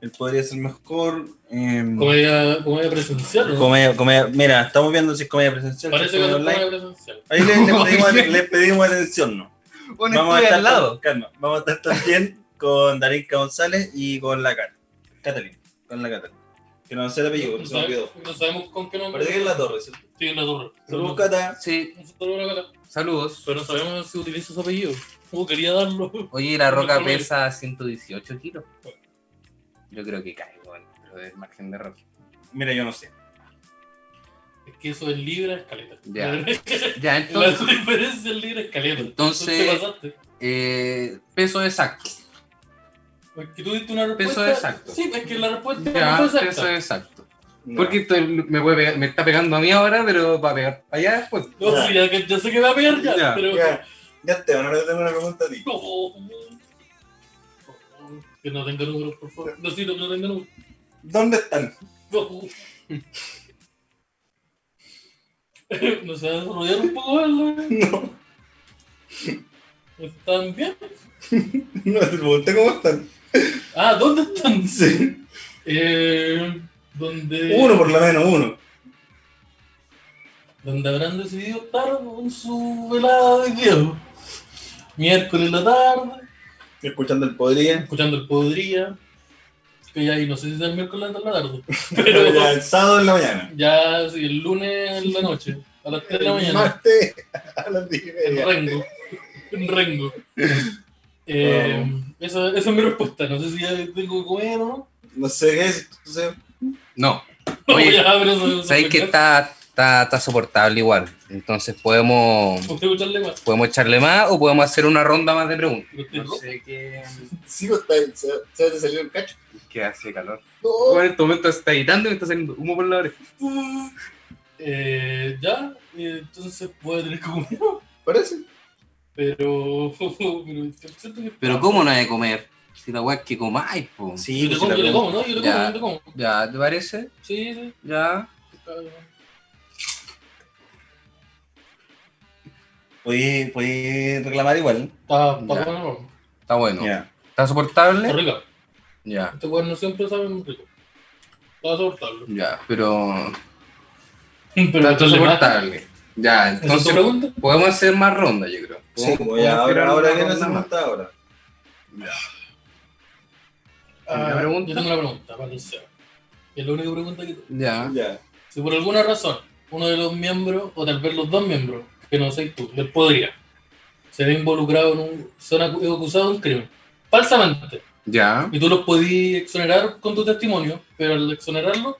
C: Él podría ser mejor. em,
B: Comedia, comedia presencial. ¿no?
C: comedia, comedia- mira, estamos viendo si es comedia presencial. si es
B: Parece que es
C: comedia online.
B: comedia presencial.
C: Ahí le, le pedimos, le pedimos atención, ¿no?
A: Bueno, estoy al lado.
C: calma, vamos a estar también con Darinka González y con la Cat- Catalina. Con la Catalina. Que no sé el apellido,
B: No,
C: porque se me olvidó.
B: sabe- no sabemos con qué nombre.
C: Parece que es la torre, ¿cierto?
B: Sí, en la torre.
C: Saludos, Cata.
A: Sí,
B: Un saludo a la cara.
A: saludos.
B: Pero no sabemos si utiliza su apellido. Uh, quería darlo.
A: Oye, la roca
B: Saludos.
A: pesa 118 kilos. Yo creo que cae, bueno, pero del margen de error.
C: Mira, yo no sé.
B: Es que eso es libra escaleta.
A: Ya.
B: La
A: Ya, entonces,
B: la diferencia es libra escaleta.
A: Entonces-
B: Te pasaste.
A: eh, peso exacto.
B: Es que tú diste una respuesta.
A: Peso exacto.
B: Sí, es que la respuesta
A: Ya,
B: no fue
A: peso
B: exacta.
A: exacto.
C: No.
A: Porque esto me, puede pegar- me está pegando a mí ahora, pero va a pegar allá después.
B: No,
C: Ya.
B: sí, ya, que- ya sé que va a pegar ya,
A: Ya,
B: pero.
C: Ya, ya te ahora te tengo una pregunta a ti.
B: No. Que no tenga números, por favor. No, sí, no, no tenga números.
C: ¿Dónde están?
B: No. ¿No se va a desarrollar un poco ¿verdad?
C: No,
B: ¿Están bien?
C: no te pregunté cómo están.
B: Ah, ¿dónde están?
C: Sí.
B: Eh, donde,
C: Uno, por lo menos, uno.
B: donde habrán decidido estar en su velada de viejo. Miércoles en la tarde,
C: Escuchando el podría.
B: escuchando el Podría. Que ya ahí no sé si es el miércoles en la tarde,
C: Pero
B: pero
C: ya el sábado en la mañana.
B: ya sí, el lunes en la noche, a las 3 de la
C: El
B: mañana,
C: martes a las 10 y
B: en
C: media.
B: Rengo. En Rengo. Eh, esa, esa es mi respuesta. No sé si ya tengo que comer o no.
C: No sé qué es. no sé.
A: No, Oye,
B: Oye, ya, pero eso- eso-
A: sabéis que está, está, está soportable igual. Entonces podemos,
B: Usted escucharle más.
A: podemos echarle más o podemos hacer una ronda más de preguntas.
B: Usted-
A: sé qué,
C: Sí, pues, está, se, se te salió el cacho.
A: qué hace calor.
C: No.
A: Bueno, en este momento se está editando y me está saliendo humo por la oreja.
B: Eh, ya, eh, entonces puede tener que comer.
C: Parece.
B: Pero. pero siento que-
A: Pero ¿cómo no hay de comer? Si la weá es que comáis, po.
C: Sí,
B: Yo te como, yo te como, ¿no? Yo te como,
A: Ya.
B: yo te como.
A: Ya, ¿te parece?
B: Sí, sí.
A: Ya.
B: está bien.
C: Puedes reclamar igual.
B: Está,
A: Ya.
B: está bueno.
A: Está bueno.
C: Ya.
A: ¿Está
B: Está
A: soportable?
B: rica.
A: Ya.
B: Este cuerno siempre sabe muy rico. Está soportable.
A: Ya, pero
B: Pero
A: está
B: entonces más.
A: soportable. Ya,
B: ¿Esa es tu
A: entonces
B: pregunta?
A: podemos hacer más rondas, yo creo.
C: Sí,
A: Podemos-
C: pues ya,
A: podemos
C: ahora,
A: tirar
C: ahora
A: una
C: viene
A: ronda
C: esa
A: más.
C: pregunta ahora.
A: ¿La
B: Ah,
A: pregunta?
B: Yo tengo una pregunta para el Seba. Y Es la única pregunta que tengo.
A: Ya.
C: Ya.
B: Si por alguna razón uno de los miembros, o tal vez los dos miembros, que no sé tú, del podría, se ve involucrado en un. son acu- acusados de un crimen. Falsamente.
A: Ya.
B: Y tú los podías exonerar con tu testimonio, pero al exonerarlo,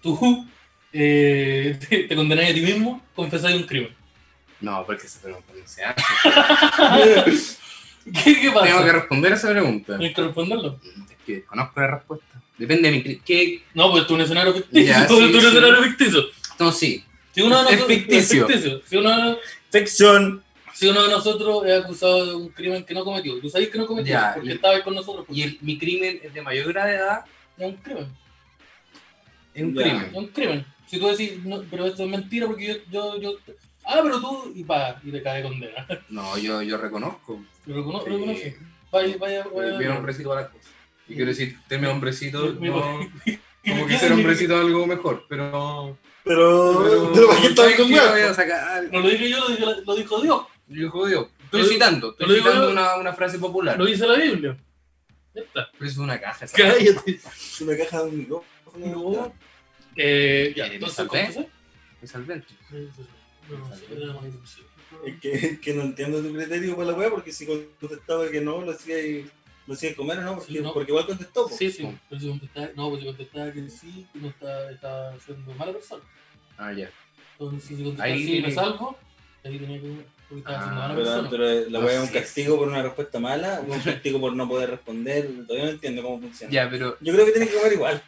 B: tú eh, te, te condenás a ti mismo, confesás un crimen.
A: No, porque esa pregunta no se hace.
B: ¿Qué, qué
A: Tengo que
B: pasa?
A: responder esa pregunta.
B: Tienes que responderlo.
A: Es que desconozco la respuesta. Depende de mi. cri- ¿Qué?
B: No, pues tú un escenario ficticio.
A: Ya,
B: tú
A: sí,
B: tú un
A: sí.
B: escenario ficticio.
A: No, sí.
B: Si uno de
A: Es
B: nosotros,
A: ficticio.
B: Si uno,
C: Sección.
B: si uno de nosotros es acusado de un crimen que no cometió, tú sabes que no cometió
A: Ya,
B: porque
A: y-
B: estaba ahí con nosotros. porque
A: Y el- mi crimen es de mayor gravedad.
B: Es un crimen.
A: Es un
C: Ya.
A: crimen.
B: Es un crimen. Si tú decís, no, pero esto es mentira porque yo, yo, yo. Ah, pero tú. Y pa, y te cae condena.
A: No, yo, yo reconozco.
B: Lo recono-
A: Sí.
B: lo reconoce. Vaya, vaya, vaya.
A: Bien hombrecito para las cosas. Y quiero decir, teme hombrecito,
B: Mi- mi-
A: no, como que ser hombrecito es algo mejor, pero no.
C: Pero.
A: Pero,
C: Pero ¿para qué estás con
A: ¿sabes qué?
C: weón?
A: Voy a sacar.
B: No lo dije yo, lo, dije- lo dijo Dios.
A: Yo jodido.
B: Te
A: Estoy
B: lo-
A: citando,
B: te lo
A: estoy
B: digo
A: citando
B: yo.
A: una, una frase popular.
B: Lo dice la Biblia. Ya está.
A: Pero es una caja. esa.
B: Cállate.
C: Es una caja de un micrófono.
B: No. Eh, ya,
A: Eh,
B: entonces,
A: ¿salvé?
B: ¿cómo se hace?
A: Me salvé el
C: Es que, que no entiendo tu criterio para la weá, porque si contestaba que no, lo hacía, y- lo hacía comer, ¿no? Porque,
B: Sí, no.
C: porque igual contestó. po.
B: Sí, sí, pero si contestaba, no, pues si contestaba que sí, que no está, está siendo mala persona.
A: Ah, ya.
B: Entonces, si contestaba
A: Ahí
B: sí, me
A: tiene-
B: salvo, ahí tenía que, porque estaba siendo
A: Ah,
B: mala
C: Pero,
B: persona.
C: pero la
A: No,
C: weá es un
A: sí.
C: castigo por una respuesta mala, o un castigo por no poder responder. Todavía no entiendo cómo funciona.
A: Ya, pero,
C: Yo creo que tienes que comer igual.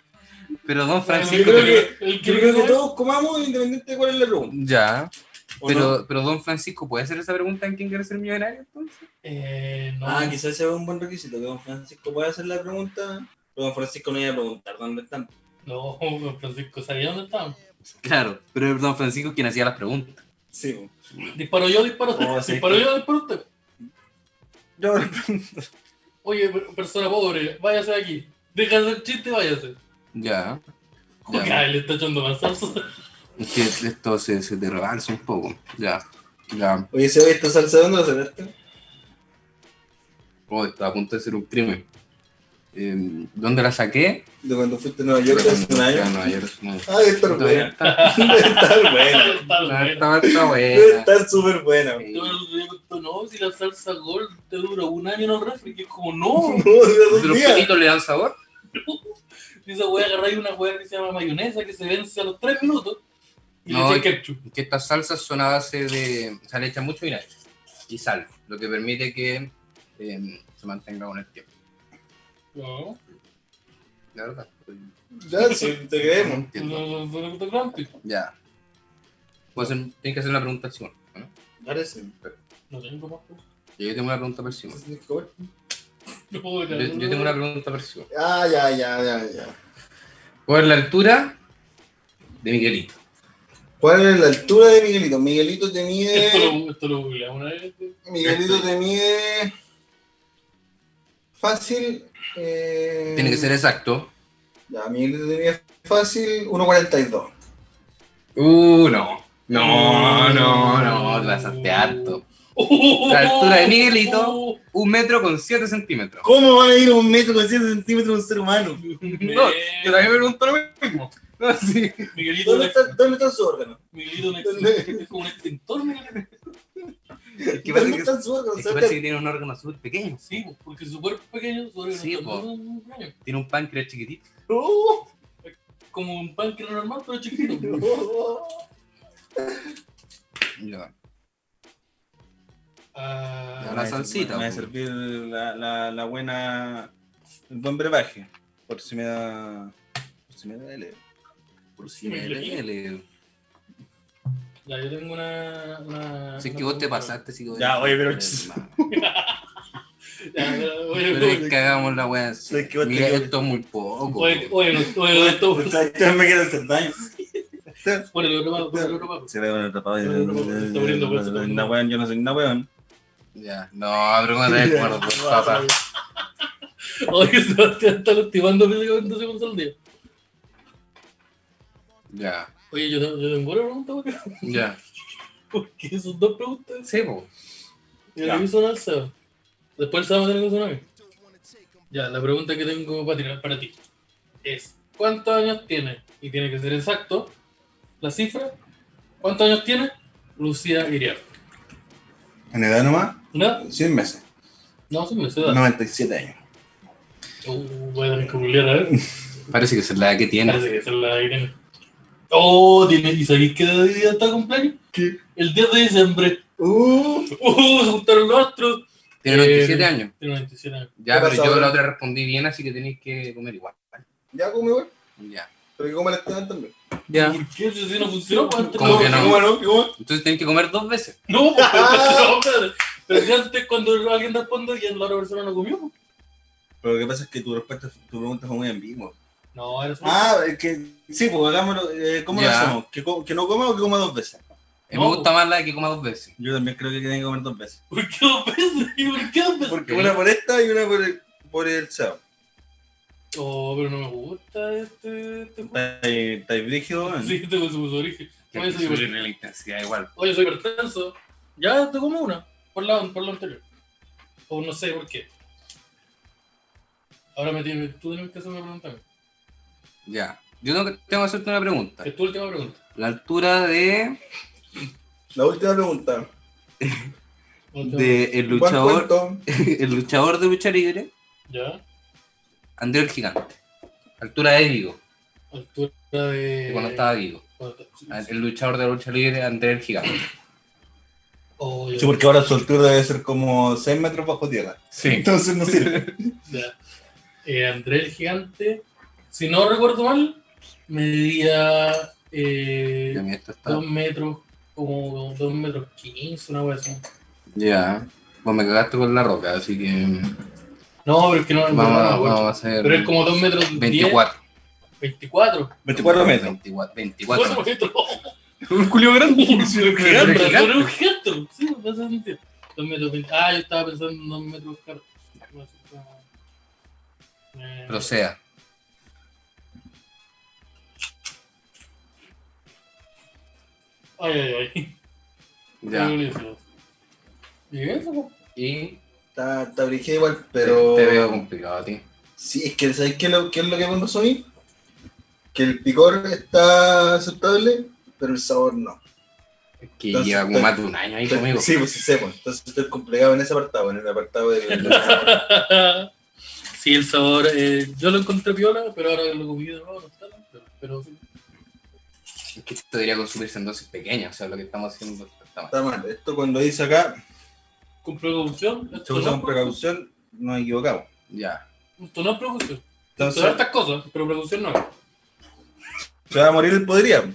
A: pero don
B: yo
A: Francisco.
B: creo
A: pero-
B: que, el
C: Yo creo que todos comamos independiente de cuál es la pregunta.
A: Ya,
C: ¿o no?
A: pero, pero don Francisco, ¿puede hacer esa pregunta en quién quiere ser millonario entonces?
B: Eh, no,
C: Ah, quizás ese es un buen requisito, que don Francisco pueda hacer la pregunta, pero don Francisco no iba a preguntar dónde están.
B: no, don Francisco, ¿sabía dónde estaban?
A: Claro, pero es don Francisco quien hacía las preguntas.
C: Sí, po.
B: Disparo yo, disparo usted.
C: Oh, sí.
B: Disparo yo, disparo usted.
C: yo
B: Oye, per- persona pobre, váyase de aquí. Deja de hacer chiste, váyase.
A: Ya,
B: ¿Cómo que ah, le está echando más salsa?
A: es que esto se, se te rebalsa un poco. Ya, ya.
C: Oye, se ve esta salsa, ¿dónde la sacaste?
A: Oh, está a punto de ser un crimen. Eh, ¿Dónde la saqué?
C: De cuando fuiste a Nueva York
A: Pero
C: hace un año.
A: ya no, ayer es una-
C: Ah, debe estar
A: Debe
C: buena.
A: estar-
C: Debe estar buena.
B: Está bueno.
A: Estaba está
C: Debe
A: buena.
C: estar súper buena.
B: Yo el otro día contó, no, si la salsa gold te dura un año en el refri, que es como, no.
C: No, de
A: ¿Los
C: dos días.
A: pelitos le dan sabor?
B: Y esa weá agarráis una weá que se llama mayonesa que se vence a los 3 minutos y
A: No,
B: le
A: y-
B: eché ketchup.
A: que estas salsas son a base de. O sea, le echan mucho vinagre y sal, lo que permite que eh, se mantenga con el tiempo.
B: No,
A: La verdad.
C: Ya, sí, te creemos.
B: no,
A: Entiendo.
B: no, no, no, no,
A: Ya. Voy a hacer- Tienes que hacer una pregunta al Simón. ¿no?
C: Parece.
B: no tengo más. preguntas.
A: Ya, Yo tengo una pregunta para el Simón.
C: Entonces, ¿cómo?
B: No puedo
A: Yo,
B: creer, no,
A: yo
B: no,
A: tengo
B: no.
A: una pregunta para el Simón.
C: Ah, ya, ya, ya, ya.
A: ¿Cuál es la altura de Miguelito?
C: ¿Cuál es la altura de Miguelito? Miguelito te mide.
B: Esto lo, esto lo googleé una vez.
C: Miguelito te mide. Fácil. eh,
A: Tiene que ser exacto.
C: Ya, Miguelito te mide fácil 1.42.
A: Uh, no. No, no, no, te pasaste harto. La altura de Miguelito. Un metro con siete centímetros.
C: ¿Cómo van a ir un metro con 100 centímetros un ser humano?
A: No, yo también me pregunto lo mismo. No, sí.
B: Miguelito,
C: ¿Dónde está, dónde está su órgano?
B: Miguelito no existe. es como un extintor, Miguelito.
A: Es que parece
C: ¿Dónde
A: que-
C: está su órgano?
A: Es
C: ¿Sabe?
A: que parece que tiene un órgano súper pequeño.
B: Sí, po, porque su cuerpo es pequeño, su órgano
A: Sí,
B: está
A: po.
B: muy pequeño.
A: Tiene un páncreas chiquitito.
C: Oh,
B: Como un páncreas normal, pero chiquitito. po.
C: oh, oh.
A: Ya.
B: Ah,
A: Ya, la salsita,
C: Me va a
A: pues.
C: servir la, la, la buena. El buen brebaje. Por si me da. Por si me da L.
A: Por si me
B: Miguelito.
A: duele.
B: Ya, yo tengo una.
C: Ah,
B: una
A: Si es
B: una
A: que vos te
B: pregunta.
A: pasaste, si vos-
C: Ya, oye, pero-
A: Hermano,
B: Ya, pero, oye,
A: Pero ahí
B: oye,
A: cagamos la wea.
C: Sé que vos te
A: Mira,
C: equivocaste.
A: esto es muy poco.
B: oye, oye, no, oye, no, esto-
C: Yo me quiero hacer daño.
B: ponele otro mapa, ponele otro mapa.
C: Se ve una tapada.
B: Está abriendo, pues, está abriendo.
C: Una weón, yo no soy una weón.
A: Ya. No, pero no te acuerdo, papá.
B: Oye, Sebastián está lastimando físicamente dos segundos al día.
A: Ya.
B: Oye, yo, yo tengo una pregunta, weón.
A: Ya.
B: ¿por qué son dos preguntas?
A: Sí, po.
B: Y
C: Ya.
B: le hizo un alza. Después el sábado tiene que hacer una vez. Ya, la pregunta que tengo para, tirar para ti es: ¿cuántos años tiene? Y tiene que ser exacto la cifra. ¿Cuántos años tiene Lucía Iriar?
C: ¿En edad nomás?
B: ¿No?
C: 100 meses.
B: No, se me se da.
C: 97 años.
B: Uh, voy a tener que googlear, a ver.
A: Parece que esa es la edad que tiene.
B: Parece que esa es la Irene. Oh, tiene, ¿y sabéis qué día está cumpleaños?
C: ¿Qué?
B: El 10 de diciembre.
C: Uh,
B: Uh, se juntaron los astros.
A: Tiene 97 años.
B: Tiene 97 años.
A: Ya,
C: ¿Qué
A: pero
C: pasa
A: yo la
C: ahora?
A: otra respondí bien, así que tenéis que comer igual.
C: ya come weón.
A: Ya.
C: Pero que coma la estada también.
A: Ya.
B: ¿Por qué eso sí no funcionó? pues, antes
A: ¿Cómo que no?
C: ¿Cómo no? ¿Cómo?
A: Entonces tenéis que comer dos veces.
B: No, pues, no, pero, pero si antes cuando alguien responde, ya la otra persona no comió. pues.
C: Pero lo que pasa es que tu respuesta, tu pregunta fue muy ambigua.
B: No, eres un-
C: Ah, es que sí, pues hagámoslo. eh, ¿Cómo lo
A: Ya.
C: hacemos? ¿Que, co- que no coma o que coma dos veces?
A: Y me gusta más la de que coma dos veces.
C: Yo también creo que tienen que comer dos veces.
B: ¿Por qué dos veces? ¿Y por qué dos veces?
C: Porque
A: Ok.
C: una por esta y una por el, por el sábado.
B: Oh, pero no me gusta este. este juego.
C: Está ahí- está ahí brígido, weón.
B: Sí, tengo su, su origen.
A: Que
B: Oye,
A: hay que
B: soy, hiper-
A: subirle la intensidad igual.
B: oye, soy hipertenso. Ya te como una. Por la, por la anterior. O no sé por qué. Ahora me tienes. Tú tienes que hacerme una pregunta. a mí.
A: Ya. Yo tengo, tengo que hacerte una pregunta.
B: Es tu última pregunta.
A: La altura de,
C: La última pregunta.
B: Última
A: de el
C: ¿Cuál
A: luchador,
C: cuento?
A: el luchador de lucha libre,
B: pregunta. Ya.
A: André el Gigante. Altura de Vigo,
B: Altura de.
A: de cuando estaba Vigo. El luchador de lucha libre, André el Gigante.
B: Oh, ya.
C: Sí, porque ahora su altura debe ser como 6 metros bajo tierra.
A: Sí.
C: Entonces no sirve.
B: Ya. Eh, André el Gigante, si no recuerdo mal, medía eh,
A: esto está.
B: dos metros, como dos metros quince, una cosa así.
A: Ya. Pues me cagaste con la roca, así que.
B: No, pero es que no,
A: Vamos,
B: no, no,
A: a-
B: no,
A: vamos a hacer.
B: pero es como dos metros diez,
A: 24.
B: 24.
C: 24 metros.
A: 24. 24.
B: Cuatro metros.
A: Un culio grande.
B: Gigante,
A: Gigante.
B: pero era un gigante. Sí, me pasa sentido. Dos metros veinte- Ah, yo estaba pensando en dos metros car- no sé, como- Eh,
A: Proceda.
B: Ay, ay, ay.
A: Ya.
B: ¿Y eso? po?
A: Y
C: Está, está brígido igual,
A: te-
C: pero.
A: te, veo complicado a ti.
C: Sí, es que ¿sabes qué, es lo- qué es lo que me pasó a mí? Que el picor está aceptable, pero el sabor no.
A: Es que
C: Entonces,
A: lleva como
C: estoy-
A: más de un año ahí conmigo.
C: Sí, pues sí sé, pues. Entonces estoy complicado en ese apartado, en el apartado del.
B: sí, el sabor. eh, yo lo encontré piola, pero ahora lo comí de nuevo. no está tan piola, Pero, sí.
A: Es que esto debería consumirse en dosis pequeñas. O sea, lo que estamos haciendo está mal.
C: Está mal. Esto cuando dice acá,
B: con precaución.
C: se
B: Esto
C: usa
B: no,
C: con precaución, nos equivocamos.
A: Ya.
B: esto no es precaución. Esto
C: Entonces,
B: es estas cosas, pero precaución no. es.
C: se va a morir el podría.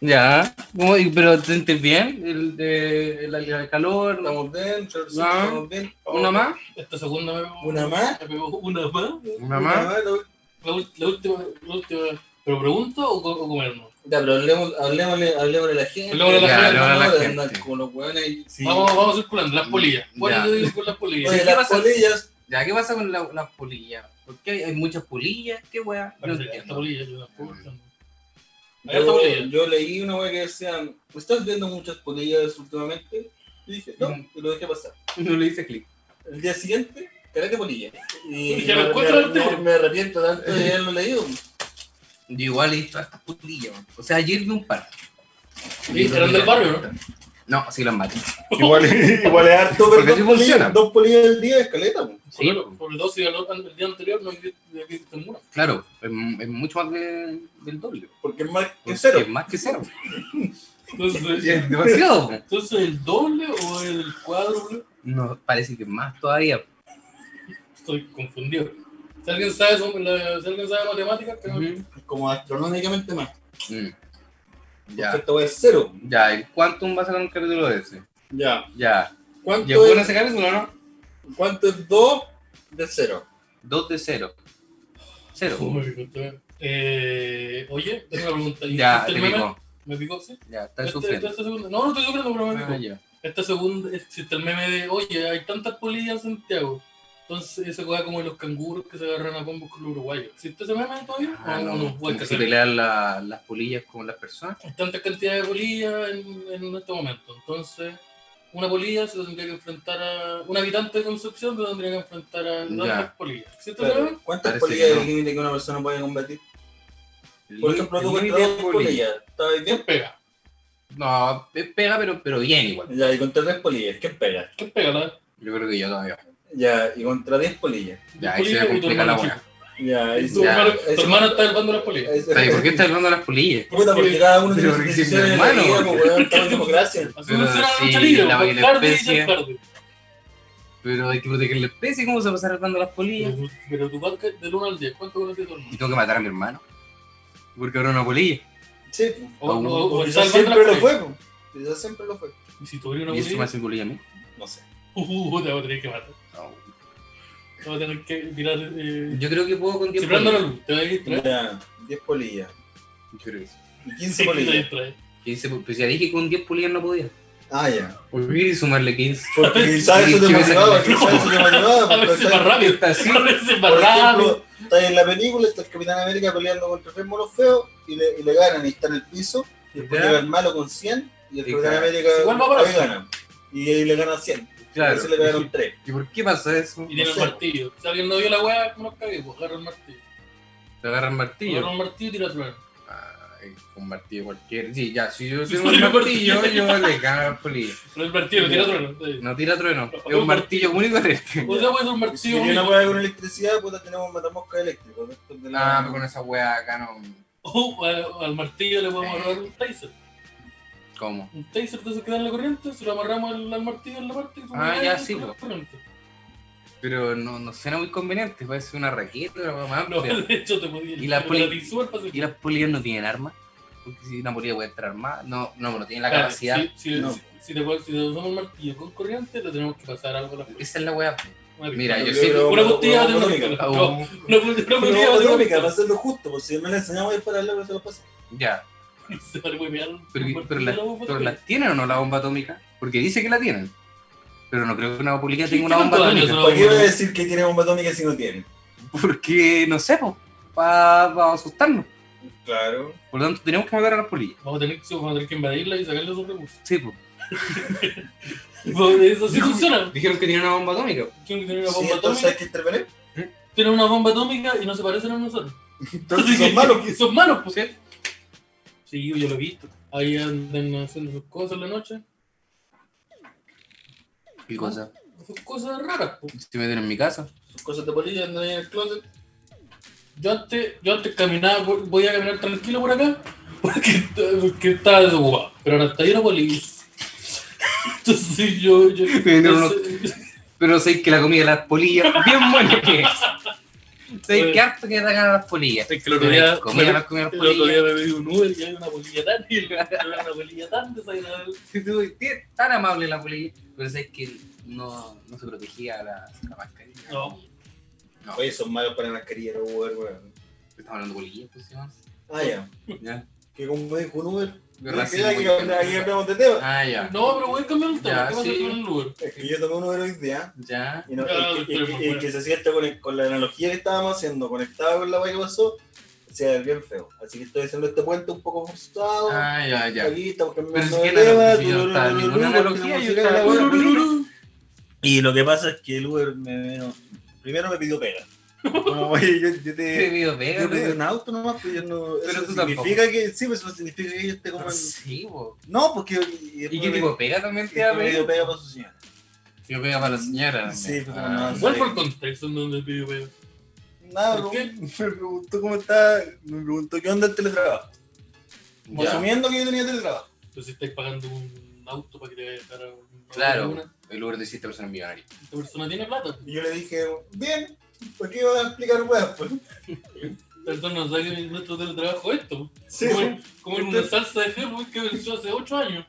A: Ya. ¿Pero te sientes bien? El, de, el, calor.
C: Estamos bien,
A: Ya.
C: estamos bien. Oh.
A: ¿Una más?
B: Esta segunda me pegó.
C: ¿Una más?
B: Me pegó una más.
A: ¿Una más?
B: La, ul- la última, la última. ¿Pero pregunto o, co- o comernos?
C: Ya, pero hablemos, hablemos, hablemos de la gente.
B: Hablemos de la
C: Ya,
B: gente,
A: hablemos de la
C: no,
A: gente.
C: andar Como los hueones. y- Sí.
B: Vamos, vamos circulando, las polillas. ¿Cuál
A: Ya.
B: es el con las polillas?
A: ¿qué
C: Oye, las
A: pasa?
C: polillas
A: Ya, ¿qué pasa con la- las polillas? ¿Por qué hay, hay muchas polillas? ¿Qué weá? No
B: Parece que esta
A: entiendo.
B: polilla, yo tampoco entiendo. Ahí está
C: Yo,
B: polilla.
C: yo leí una wea que decían, ¿estás viendo muchas polillas últimamente? Y dije, no, y lo dejé pasar.
A: No le hice clic.
C: El día siguiente, carete polilla. Y
B: Ya lo encuentro
C: me,
B: al
C: me-
B: tiro.
C: me arrepiento tanto de haberlo leído.
A: Yo igual he visto a estas polillas. man. O sea, ayer vi un par.
B: Sí, eran del barrio, ¿no?
A: No, sí las maté.
C: Igual, igual es harto,
A: Porque así funciona.
C: Dos polillas al día es caleta. po.
A: Sí.
B: Por, por el 12 y el otro- el día anterior no existe no existe ninguna.
A: Claro, es, es mucho más de- del doble.
C: Porque es más que
A: Es-
C: cero.
A: Es más que cero.
B: Entonces,
A: Es demasiado. man.
B: entonces, ¿el doble o el cuádruple?
A: No, parece que es más todavía.
B: Estoy confundido. Si alguien sabe, sobre la- si alguien sabe matemáticas, que no-
C: Como astronómicamente más.
A: Mm.
C: Porque
A: Ya,
C: esta wea es cero.
A: ya, el Quantum va a sacar un capítulo de ese.
C: Ya.
A: Ya.
C: ¿Cuánto
A: ¿Llegó en
C: es,
A: ese capítulo o no?
C: ¿Cuánto es 2 de cero?
A: 2 de 0. 0.
B: Uy, no te- Eh, oye, tengo una pregunta. ¿Y
A: Ya,
B: este
A: te
B: meme?
A: picó.
B: ¿Me picó? Sí.
A: Ya, estás
B: Este-
A: sufriendo.
B: este segundo- No, no estoy sufriendo, pero me picó.
A: Ah, ya.
B: Esta segunda, existe el meme de, oye, hay tantas polillas en Santiago. Entonces, esa cosa como de los canguros que se agarran a combos con los uruguayos. ¿Existe ese meme todavía?
A: Ah,
B: ¿O
A: no,
B: no,
A: como
B: hay que
A: que
B: hacerlo?
A: pelean la- las polillas con las personas.
B: Hay tanta cantidad de polillas en, en este momento. Entonces, una polilla se tendría que enfrentar a. Un habitante de Concepción se tendría que enfrentar a
A: Ya.
B: tantas polillas. ¿Existe ese meme?
C: Claro. ¿Cuántas
A: Parece
C: polillas
A: que
C: es
A: no.
C: el límite que una persona puede combatir?
A: El
C: Por
A: límite-
C: ejemplo,
A: el
C: tú
A: límite
C: contra dos
A: de polillas.
C: polillas. ¿Estabas bien?
B: ¿Qué pega?
A: No, pe- pega, pero, pero bien igual.
C: Ya, y contra tres polillas, ¿qué pega?
B: ¿Qué pega la?
A: Yo creo que yo todavía.
C: Ya, y contra 10 polillas.
A: Ya, ahí se
B: polilla y tu
A: complica la
B: hermano
A: weá.
C: Ya,
B: chico.
C: y
B: Tu
A: Ya. eh,
B: hermano, tu hermano está salvando las polillas.
C: Eso-
A: Oye, ¿Por qué estás hablando de las polillas?
C: Puta, porque cada
A: Pero
C: uno tiene sus
A: porque si es mi
C: decisiones en la
A: hermano,
C: vida,
A: porque-
C: como weón, estamos en democracia.
B: Así funciona la
A: Pero
B: lucha
A: sí,
B: libre,
A: la
B: Juan Cardi y
A: especie.
B: Jeff Hardy.
A: Pero hay que proteger la especie. ¿Cómo se va a pasar hablando de las polillas?
B: Pero- Pero tu podcast del 1 al 10, ¿cuánto conoces tu
A: Y
B: hermano?
A: tengo que matar a mi hermano. Porque ahora una polilla.
C: Sí,
B: O- o- o-
C: porque quizás
B: salvando
C: siempre
B: las
C: lo
B: polillas.
C: fue. po. Quizás siempre lo fue.
B: Y si tuviera una uh,
A: ¿Y eso me
B: polilla,
A: hace polilla a mí?
C: No sé.
B: uh, te voy a tener que matar.
A: No.
B: Vamos a tener que tirar. Eh,
A: Yo creo que puedo con 10
B: cifrando la
A: polillas.
B: luz. Te voy a distraer.
C: Ya, 10 polillas.
A: Yo creo que sí.
C: Y
B: Sí,
C: 15
B: te voy a
C: polillas.
B: distraer.
A: Quince po- Pues ya dije que con 10 polillas no podía.
C: Ah, ya.
A: Olvidé de sumarle 15.
C: Porque quizás eso te
A: Sí,
C: motivaba,
A: sí, sí.
C: quizás eso te motivaba.
B: A
C: porque
B: veces más
C: estás-
B: rápido.
A: Está así.
B: A veces
C: pues, Por
B: más rápido.
C: ejemplo, está en la película, está el Capitán América peleando contra tres monos feos y le, y le ganan y está en el piso. Y después
A: Ya.
C: llega el malo con 100 y el
A: Y
C: Capitán
A: gana.
C: América
B: Igual va para
C: ahí gana. Y ahí le gana 100.
A: Claro.
C: Entonces le ganaron 3.
A: ¿Y por qué pasa eso?
B: Y tiene
C: No
B: el
C: sé.
B: martillo. Si alguien no vio la weá, no cagué, pues agarra el martillo.
A: Te agarran
B: Agarra
A: martillo.
B: un martillo y tira a trueno.
A: Ay, con martillo cualquier. Sí, ya, si yo tengo un martillo, yo le gano al polillo.
B: Pero el martillo, tira a trueno. sí.
A: No tira trueno. Es un martillo único y recto.
B: O sea, puede ser un
C: Si
B: martillo.
C: tiene una
B: único.
C: hueá con electricidad, puta, tenemos un matamosca eléctrico. de estos de la-
A: Ah, pero con esa wea acá no.
B: O a- al martillo le podemos agarrar un taser.
A: ¿Cómo?
B: Un taser de esos que dan la corriente, se lo amarramos al, al martillo en la parte y
A: Ah, ya, sí,
B: lo
A: po. Pero no, no suena muy conveniente, parece una raqueta, una wea más
B: No,
A: amplia.
B: de hecho te podía
A: Y la
B: te
A: poli-
B: tisúa, pasa-
A: ¿Y las polillas no tienen armas? Porque si una polilla puede entrar armada, no, no, no tienen la
B: Claro,
A: capacidad.
B: Si, si,
C: No.
B: si, si te, si te usamos el martillo con corriente, le tenemos que pasar algo a la
A: Esa es la wea. pues.
B: Una-
A: Mira, yo
C: Yo
A: sé
C: creo-
A: que.
B: Una botella de
C: Una
B: vodka.
C: botella.
B: No, Una una
C: Pero
B: botella de
C: atómica, para
B: vodka.
C: hacerlo justo, porque si no le enseñamos a disparar al lado, se lo pasa.
A: Ya,
B: Se va a huevear un
A: pero,
B: martillo
A: pero,
B: a
A: la-
B: la bomba
A: pero
B: atómica.
A: las tienen o no la bomba atómica? Porque dice que la tienen. Pero no creo que una polilla tenga una
B: ¿Qué
A: bomba
B: tanto daño se
A: atómica.
B: va a
C: ¿Para qué
B: hacer?
C: voy a decir que tiene bomba atómica si no tiene?
A: Porque, no sé, para asustarnos.
C: Claro.
A: Por lo tanto, tenemos que matar a las polillas.
B: Vamos a tener que- vamos a tener que invadirla y sacarle sus recursos.
A: Sí, pues.
B: Bueno, Eso sí funciona.
A: Dijeron que tienen una bomba atómica.
B: Tienen que tener una
C: Sí,
B: bomba
C: entonces hay
B: atómica.
C: que intervenir.
B: Tienen una bomba atómica y no se parecen a nosotros.
C: Entonces son malos.
B: Son malos, pues. Sí, yo lo he visto. Ahí andan haciendo sus cosas en la noche.
A: ¿Qué cosa?
B: Sus cosas raras, pues.
A: Se meten en mi casa.
B: Sus cosas de polilla andan ahí en el closet. Yo antes, yo antes caminaba, por- voy a caminar tranquilo por acá porque, porque estaba desocupado. Pero ahora está lleno de polilla. Entonces yo. yo
A: Pero no- Pero sé que la comida de las polillas, bien buena que es. Sé que harto que atacan a las polillas.
B: Es que el otro día-
A: Comida, las comidas de
B: El
A: las
B: otro
A: polillas.
B: día me pedí un Uber y hay una polilla tan, y una polilla tan desagradable.
A: Si tú- si es tan amable la polilla, pero sabes que no, no se protegía la, la mascarilla.
B: No.
A: No,
C: Oye, son malos para la mascarilla, los Uber, weón.
A: estamos hablando de polillas, pues, ¿sí?
C: Ah, ya.
A: Ya.
C: Que como dijo un Uber.
A: Yo
C: Mira,
A: racismo
C: que
A: interno.
C: aquí hablamos de tema.
A: Ah, ya.
B: No, pero voy a cambiar el tema.
A: Ya,
B: ¿Qué pasa
A: sí.
B: con el Uber?
C: Es que yo tomé un Uber hoy día.
A: Ya.
C: Y, no-
B: Ah,
C: y que- y
B: pero
C: que- y que se sienta con, el- con la analogía que estábamos haciendo, conectada con la guay que pasó, sea bien feo. Así que estoy haciendo este puente un poco frustrado.
A: Ah, ya, ya.
C: Aquí estamos
A: Pero
C: cambiando
A: si
C: de
A: que la- si
C: tema.
A: yo no
C: tururú,
A: estaba en ninguna
C: tururú, porque la
A: analogía, yo
C: música
A: estaba-
C: era buena, buena.
B: Tururururu.
C: Y lo que pasa es que el Uber me, me- primero me pidió pega. Como, oye, yo, yo
A: Te
C: te.
A: veo
C: Yo te doy
A: pega,
C: un auto nomás, pero yo no.
A: Pero
C: eso
A: tú
C: significa que. Sí, pues eso significa que yo esté como.
A: pero-
C: en-
A: Sí, bo.
C: No, porque.
A: ¿Y qué tipo de pega también te da
C: Me
A: pega?
C: pidió pega para su señora.
A: Yo pega para la señora.
C: Sí,
A: también.
C: pero
A: Ah,
C: no,
B: ¿Cuál fue el contexto en donde pidió pega?
C: Nada,
B: ¿Por
C: bro,
B: qué?
C: me preguntó cómo está. Me preguntó qué onda el teletrabajo.
A: ya.
C: Asumiendo que yo tenía teletrabajo.
B: Pues si estáis pagando un auto para que te dejara un-
A: Claro,
B: una-
A: el lugar de siete personas millonarias.
B: Esta persona tiene plata.
C: Y yo le dije, bien, ¿por qué iba a explicar weas? Pues?
B: Perdón, nos da que nuestro teletrabajo esto.
C: Sí,
B: Como, como en
A: Este-
B: una salsa de Facebook que venció hace 8 años.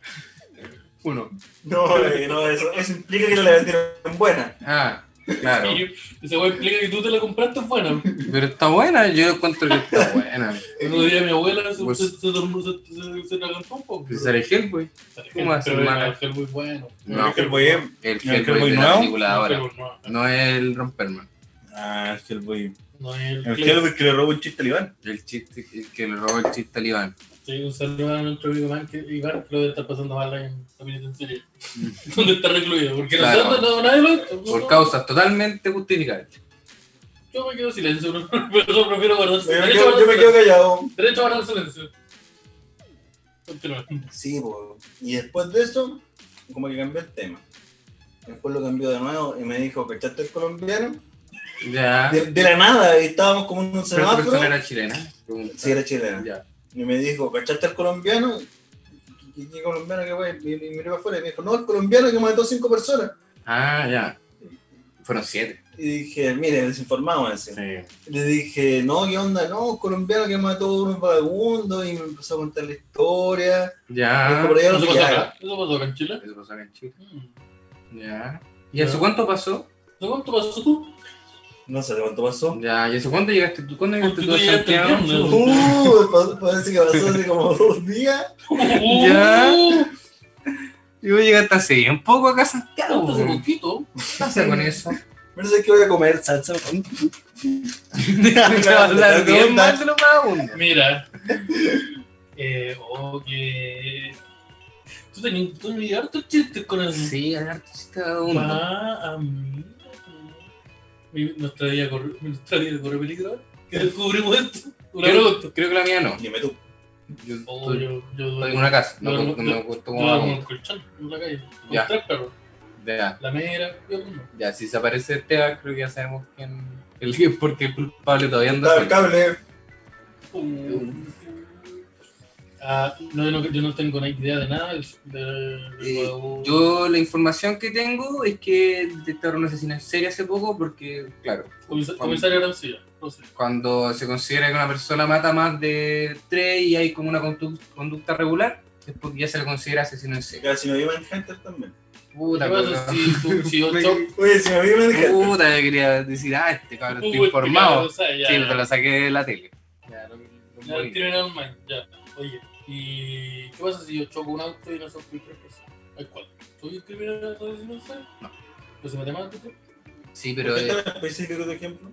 A: Uno.
C: No, eh, no, eso, eso implica que no le vendieron buena.
A: Ah, claro.
B: Y ese güey explica que tú te la compraste buena.
A: Pero está buena, yo encuentro que está buena.
B: El otro día mi abuela se,
A: Pues-
B: se, se, dormó- se, se, se atragantó un poco.
A: Pues el gel, güey. ¿Cómo hace,
B: Pero era
A: hermana?
B: el gel muy bueno.
A: No.
C: El Hellboy.
A: El
C: ¿No, el
A: gel, güey,
C: Hellboy
A: de la
C: nuevo?
A: película
B: No,
A: ahora.
B: pero no,
A: No es el romperman.
C: Ah, el Hellboy.
B: no es el
C: El
B: Hellboy.
C: Hellboy que le robó un chiste al Iván.
A: El chiste que- que le robó el chiste al Iván.
B: Sí, un saludo a nuestro amigo Iván, que, Iván, que lo debe estar pasando mal en la penitenciaria.
C: Mm.
B: donde está recluido. Porque
A: Claro.
B: nosotros no, nadie lo
A: Por
B: no,
A: causas totalmente justificables.
B: Yo me quedo en silencio, pero yo prefiero guardar
C: Yo
B: silencio.
C: me quedo, yo me quedo callado.
B: Derecho a guardar silencio. Continúa.
C: Sí, po. y después de eso, como que cambió el tema. Después lo cambió de nuevo y me dijo, ¿cachaste el colombiano?
A: Ya.
C: De, de la nada, y estábamos como en un
A: Ah. Pero la persona
C: semáforo.
A: era chilena. Pregunta.
C: Sí, era chilena.
A: Ya.
C: Y me dijo, ¿cachaste el colombiano? ¿Qué, qué- qué colombiano que fue? Y, y miré para afuera y me dijo, no, el colombiano que mató cinco personas.
A: Ah, ya. Fueron siete.
C: Y dije, mire, desinformado así. Le dije, no, ¿qué onda? No, un colombiano que mató a unos vagabundos y me empezó a contar la historia. Me
A: Ya.
C: dijo, por allá no
B: ¿Eso
C: se
B: pasó
C: queda.
B: acá? ¿Eso pasó acá en Chile?
A: Eso pasó acá en Chile.
B: Mm.
A: Ya. ¿Y hace cuánto pasó?
B: ¿No cuánto pasó tú?
C: No sé de cuánto pasó.
A: Ya, ¿y eso cuándo llegaste tú? ¿Cuándo llegaste tú a
B: Tú llegaste el
A: Santiago?
B: viernes.
C: Uh, pa- parece que pasó hace como dos días.
B: Uh,
A: Ya. Y vos llegaste hace bien poco acá a Santiago.
B: Tanto pues, hace
A: güey.
B: poquito.
A: ¿Qué pasa con eso?
C: Pero sé que voy a comer salsa.
A: Te va a hablar todo mal de lo vagabundo.
B: Mira. Eh, oh, que. Tú tenías tú tenías hartos chistes con eso.
A: Sí, hablar chiste vagabundo.
B: Ah, amiga. Mi- Nuestra vida corre, nuestra vida corre peligro. Que descubrimos esto. Una
A: Creo,
B: pregunta.
A: creo que la mía no.
C: Dime tú.
A: Yo
B: Oh,
A: estoy
B: yo, yo
A: estoy
B: duermo
A: en una casa. No,
B: Yo-
A: porque
B: yo-
A: me acuesto
B: yo
A: como
B: duermo en
A: vagabundo.
B: el colchón, en la calle. Con
A: Ya.
B: tres perros.
A: Ya,
B: La mera, yo no.
A: ya, si se aparece Esteban, creo que ya sabemos quién el que porque el culpable todavía anda.
C: Dame el
A: suelto.
C: cable.
B: Ah, no, yo no, yo no tengo ni idea de nada. del- del- del
A: Eh,
B: vagabundo.
A: Yo la información que tengo es que detectaron un asesino en serie hace poco porque, claro,
B: Comisa- Comisario Arancilla, no sé.
A: cuando se considera que una persona mata más de tres y hay como una condu- conducta regular, es porque ya se le considera asesino en serie.
C: Ya, si me vi Manhunter también.
A: Puta,
B: ¿Qué pasa
A: pero-
B: si tú, si yo choco?
C: Oye, si me vi Manhunter.
A: puta, yo quería decir, ah, este cabrón está
B: Uy,
A: informado.
B: este cabrón, o sea, ya,
A: Sí,
B: ya.
A: pero lo saqué de la tele. Ya, lo- lo
B: Ya,
A: morí.
B: tiene nada más, ya. Oye, ¿y qué pasa si yo choco un auto y no soy tres personas? ¿Hay cuál? ¿Soy un criminal asesino en serie?
A: No.
B: ¿Pues matemático?
A: Sí,
C: ¿Pero
A: pero...
C: qué
A: eh,
C: tan específico tu ejemplo?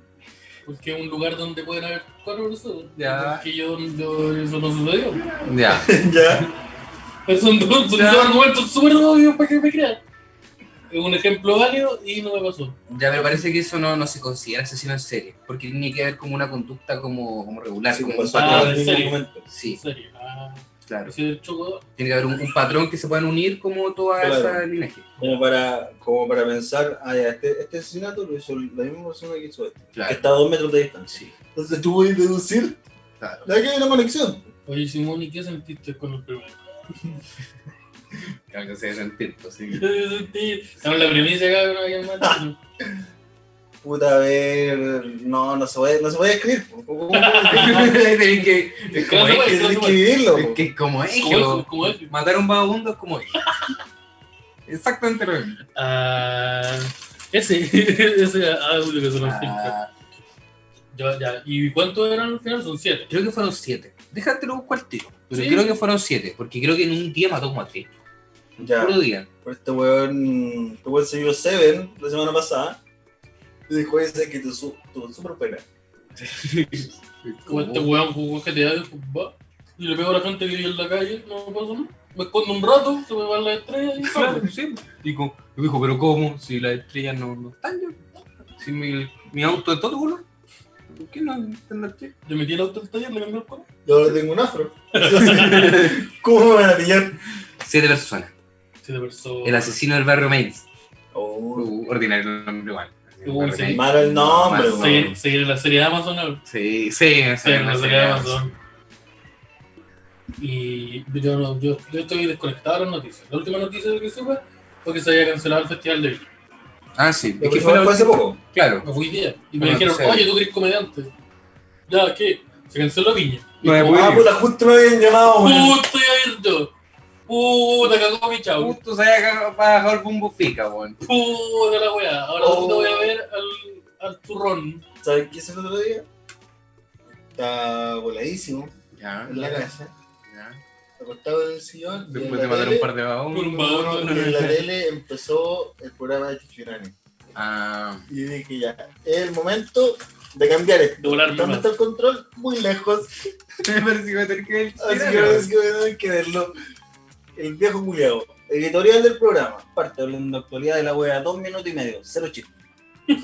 B: Porque es Pues, un lugar donde pueden haber cuatro personas.
A: Ya.
B: Que yo, yo- eso no sucedió.
A: ya.
C: ya.
B: Pero Son dos, son
A: Ya.
B: dos argumentos súper obvios para que me crean. Es un ejemplo válido y no me pasó.
A: Ya, pero parece que eso no, no se considera asesino en serie, porque tiene que haber como una conducta como, como regular,
C: Sí,
A: como
C: pasó
A: un
B: Ah,
C: acá
A: patrón.
C: en
B: ¿en
C: ningún
B: serio?
C: momento.
B: En
A: Sí,
B: serio. Ah,
A: claro.
B: si yo choco,
A: Tiene que haber un, un patrón que se puedan unir como toda
C: Claro.
A: esa linaje.
C: Como para, como para pensar, ah, ya, este, este asesinato lo hizo la misma persona que hizo este, que
A: Claro.
C: está a dos metros de distancia.
A: Sí,
C: Entonces tú puedes deducir
A: claro.
C: de que hay una conexión.
B: oye Simón, ¿y qué sentiste con el primero?
A: Que algo se desentiendo, sí.
B: ¿Qué sentí? Estamos en la primicia, cabrón, alguien más.
C: Puta, a ver, no, no se puede, no se puede escribir. po. ¿Cómo- cómo-
A: Tenés que, es como
B: Claro,
A: eje,
B: güey.
C: Tienes que vivirlo.
A: es
C: po.
A: que es como eje,
B: Como
A: bo.
B: eje, como eje.
A: Matar a un vagabundo es como eje. Exactamente lo mismo.
B: Ah, ese, ese audio que se nos filtra.
A: Ah,
B: Ya, ya. ¿Y cuántos eran al final? Son siete.
A: creo que fueron siete. Déjatelo buscar al tiro. Pero
B: Sí.
A: creo que fueron siete, porque creo que en un día mató como a tres.
C: Ya,
A: Puro día.
C: pero este weón, este weón se vio Seven la semana pasada. Y dijo, oye, sé que tu, su- tu super pena.
B: Como este weón jugó GTA y dijo, va. Y le pego a la gente que vive en la calle, no me pasa nada. Me escondo un rato, se me van las estrellas y
A: Claro, sí. Y como- y dijo, pero ¿cómo? Si las estrellas no, no están yo. Si mi, mi auto es todo color. ¿Por qué no están las estrellas?
B: Yo metí el auto al taller, le cambié el color.
C: Yo ahora tengo un afro. ¿Cómo me van a pillar?
A: Siete personas.
B: Siete personas.
A: El asesino del barrio Mainz.
C: Oh,
A: Uh, Ordinario el nombre igual.
B: Uh,
A: Barrio
B: sí.
A: Mainz.
C: malo el nombre,
A: Sí.
C: weón.
B: Seguir, seguir en la serie de Amazon. ¿no?
A: Sí, sí, sí,
B: Seguir en
A: no
B: la
A: sé
B: serie de
A: qué
B: Amazon. Y yo, no, yo, yo estoy desconectado de las noticias. La última noticia que supe fue que se había cancelado el festival de Viña.
A: más. Ah, sí.
C: Es
A: Es que fue la
C: hace
A: última-
C: poco.
A: Claro.
B: Me fui día. Y me
A: Bueno,
B: dijeron,
A: sí.
B: oye, tú eres comediante. Ya, ¿qué? Se canceló Viña. Y
A: No,
B: como,
A: Muy
C: Ah,
A: bien.
C: puta, justo me habían llamado, weón.
B: Puta, iba a ir yo. Puta, cagó mi chavo.
A: Justo se había bajado el bumbo fica, weón.
B: Puta la weá. Ahora
C: Oh.
B: te voy a ver al, al turrón.
C: ¿Sabes qué hice el otro día? Está voladísimo
A: Ya,
C: en la casa,
A: ya.
C: acostado en el sillón. y en
A: Después
C: la
A: de matar
C: tele-
A: un par de vagabundos.
B: Con un
C: No,
B: vagabundo.
C: no, y en la tele empezó el programa de Chichirani.
A: Ah,
C: Y dije ya, es el momento de cambiar esto.
B: De volar
C: ¿Dónde
B: más.
C: está el control? Muy lejos.
A: me parece que iba a tener que ver el
C: Así que
A: chileno.
C: ahora sí que voy a tener que verlo. El viejo culiao. Editorial del programa. Parte hablando de actualidad de la wea. Dos minutos y medio. Cero chiste.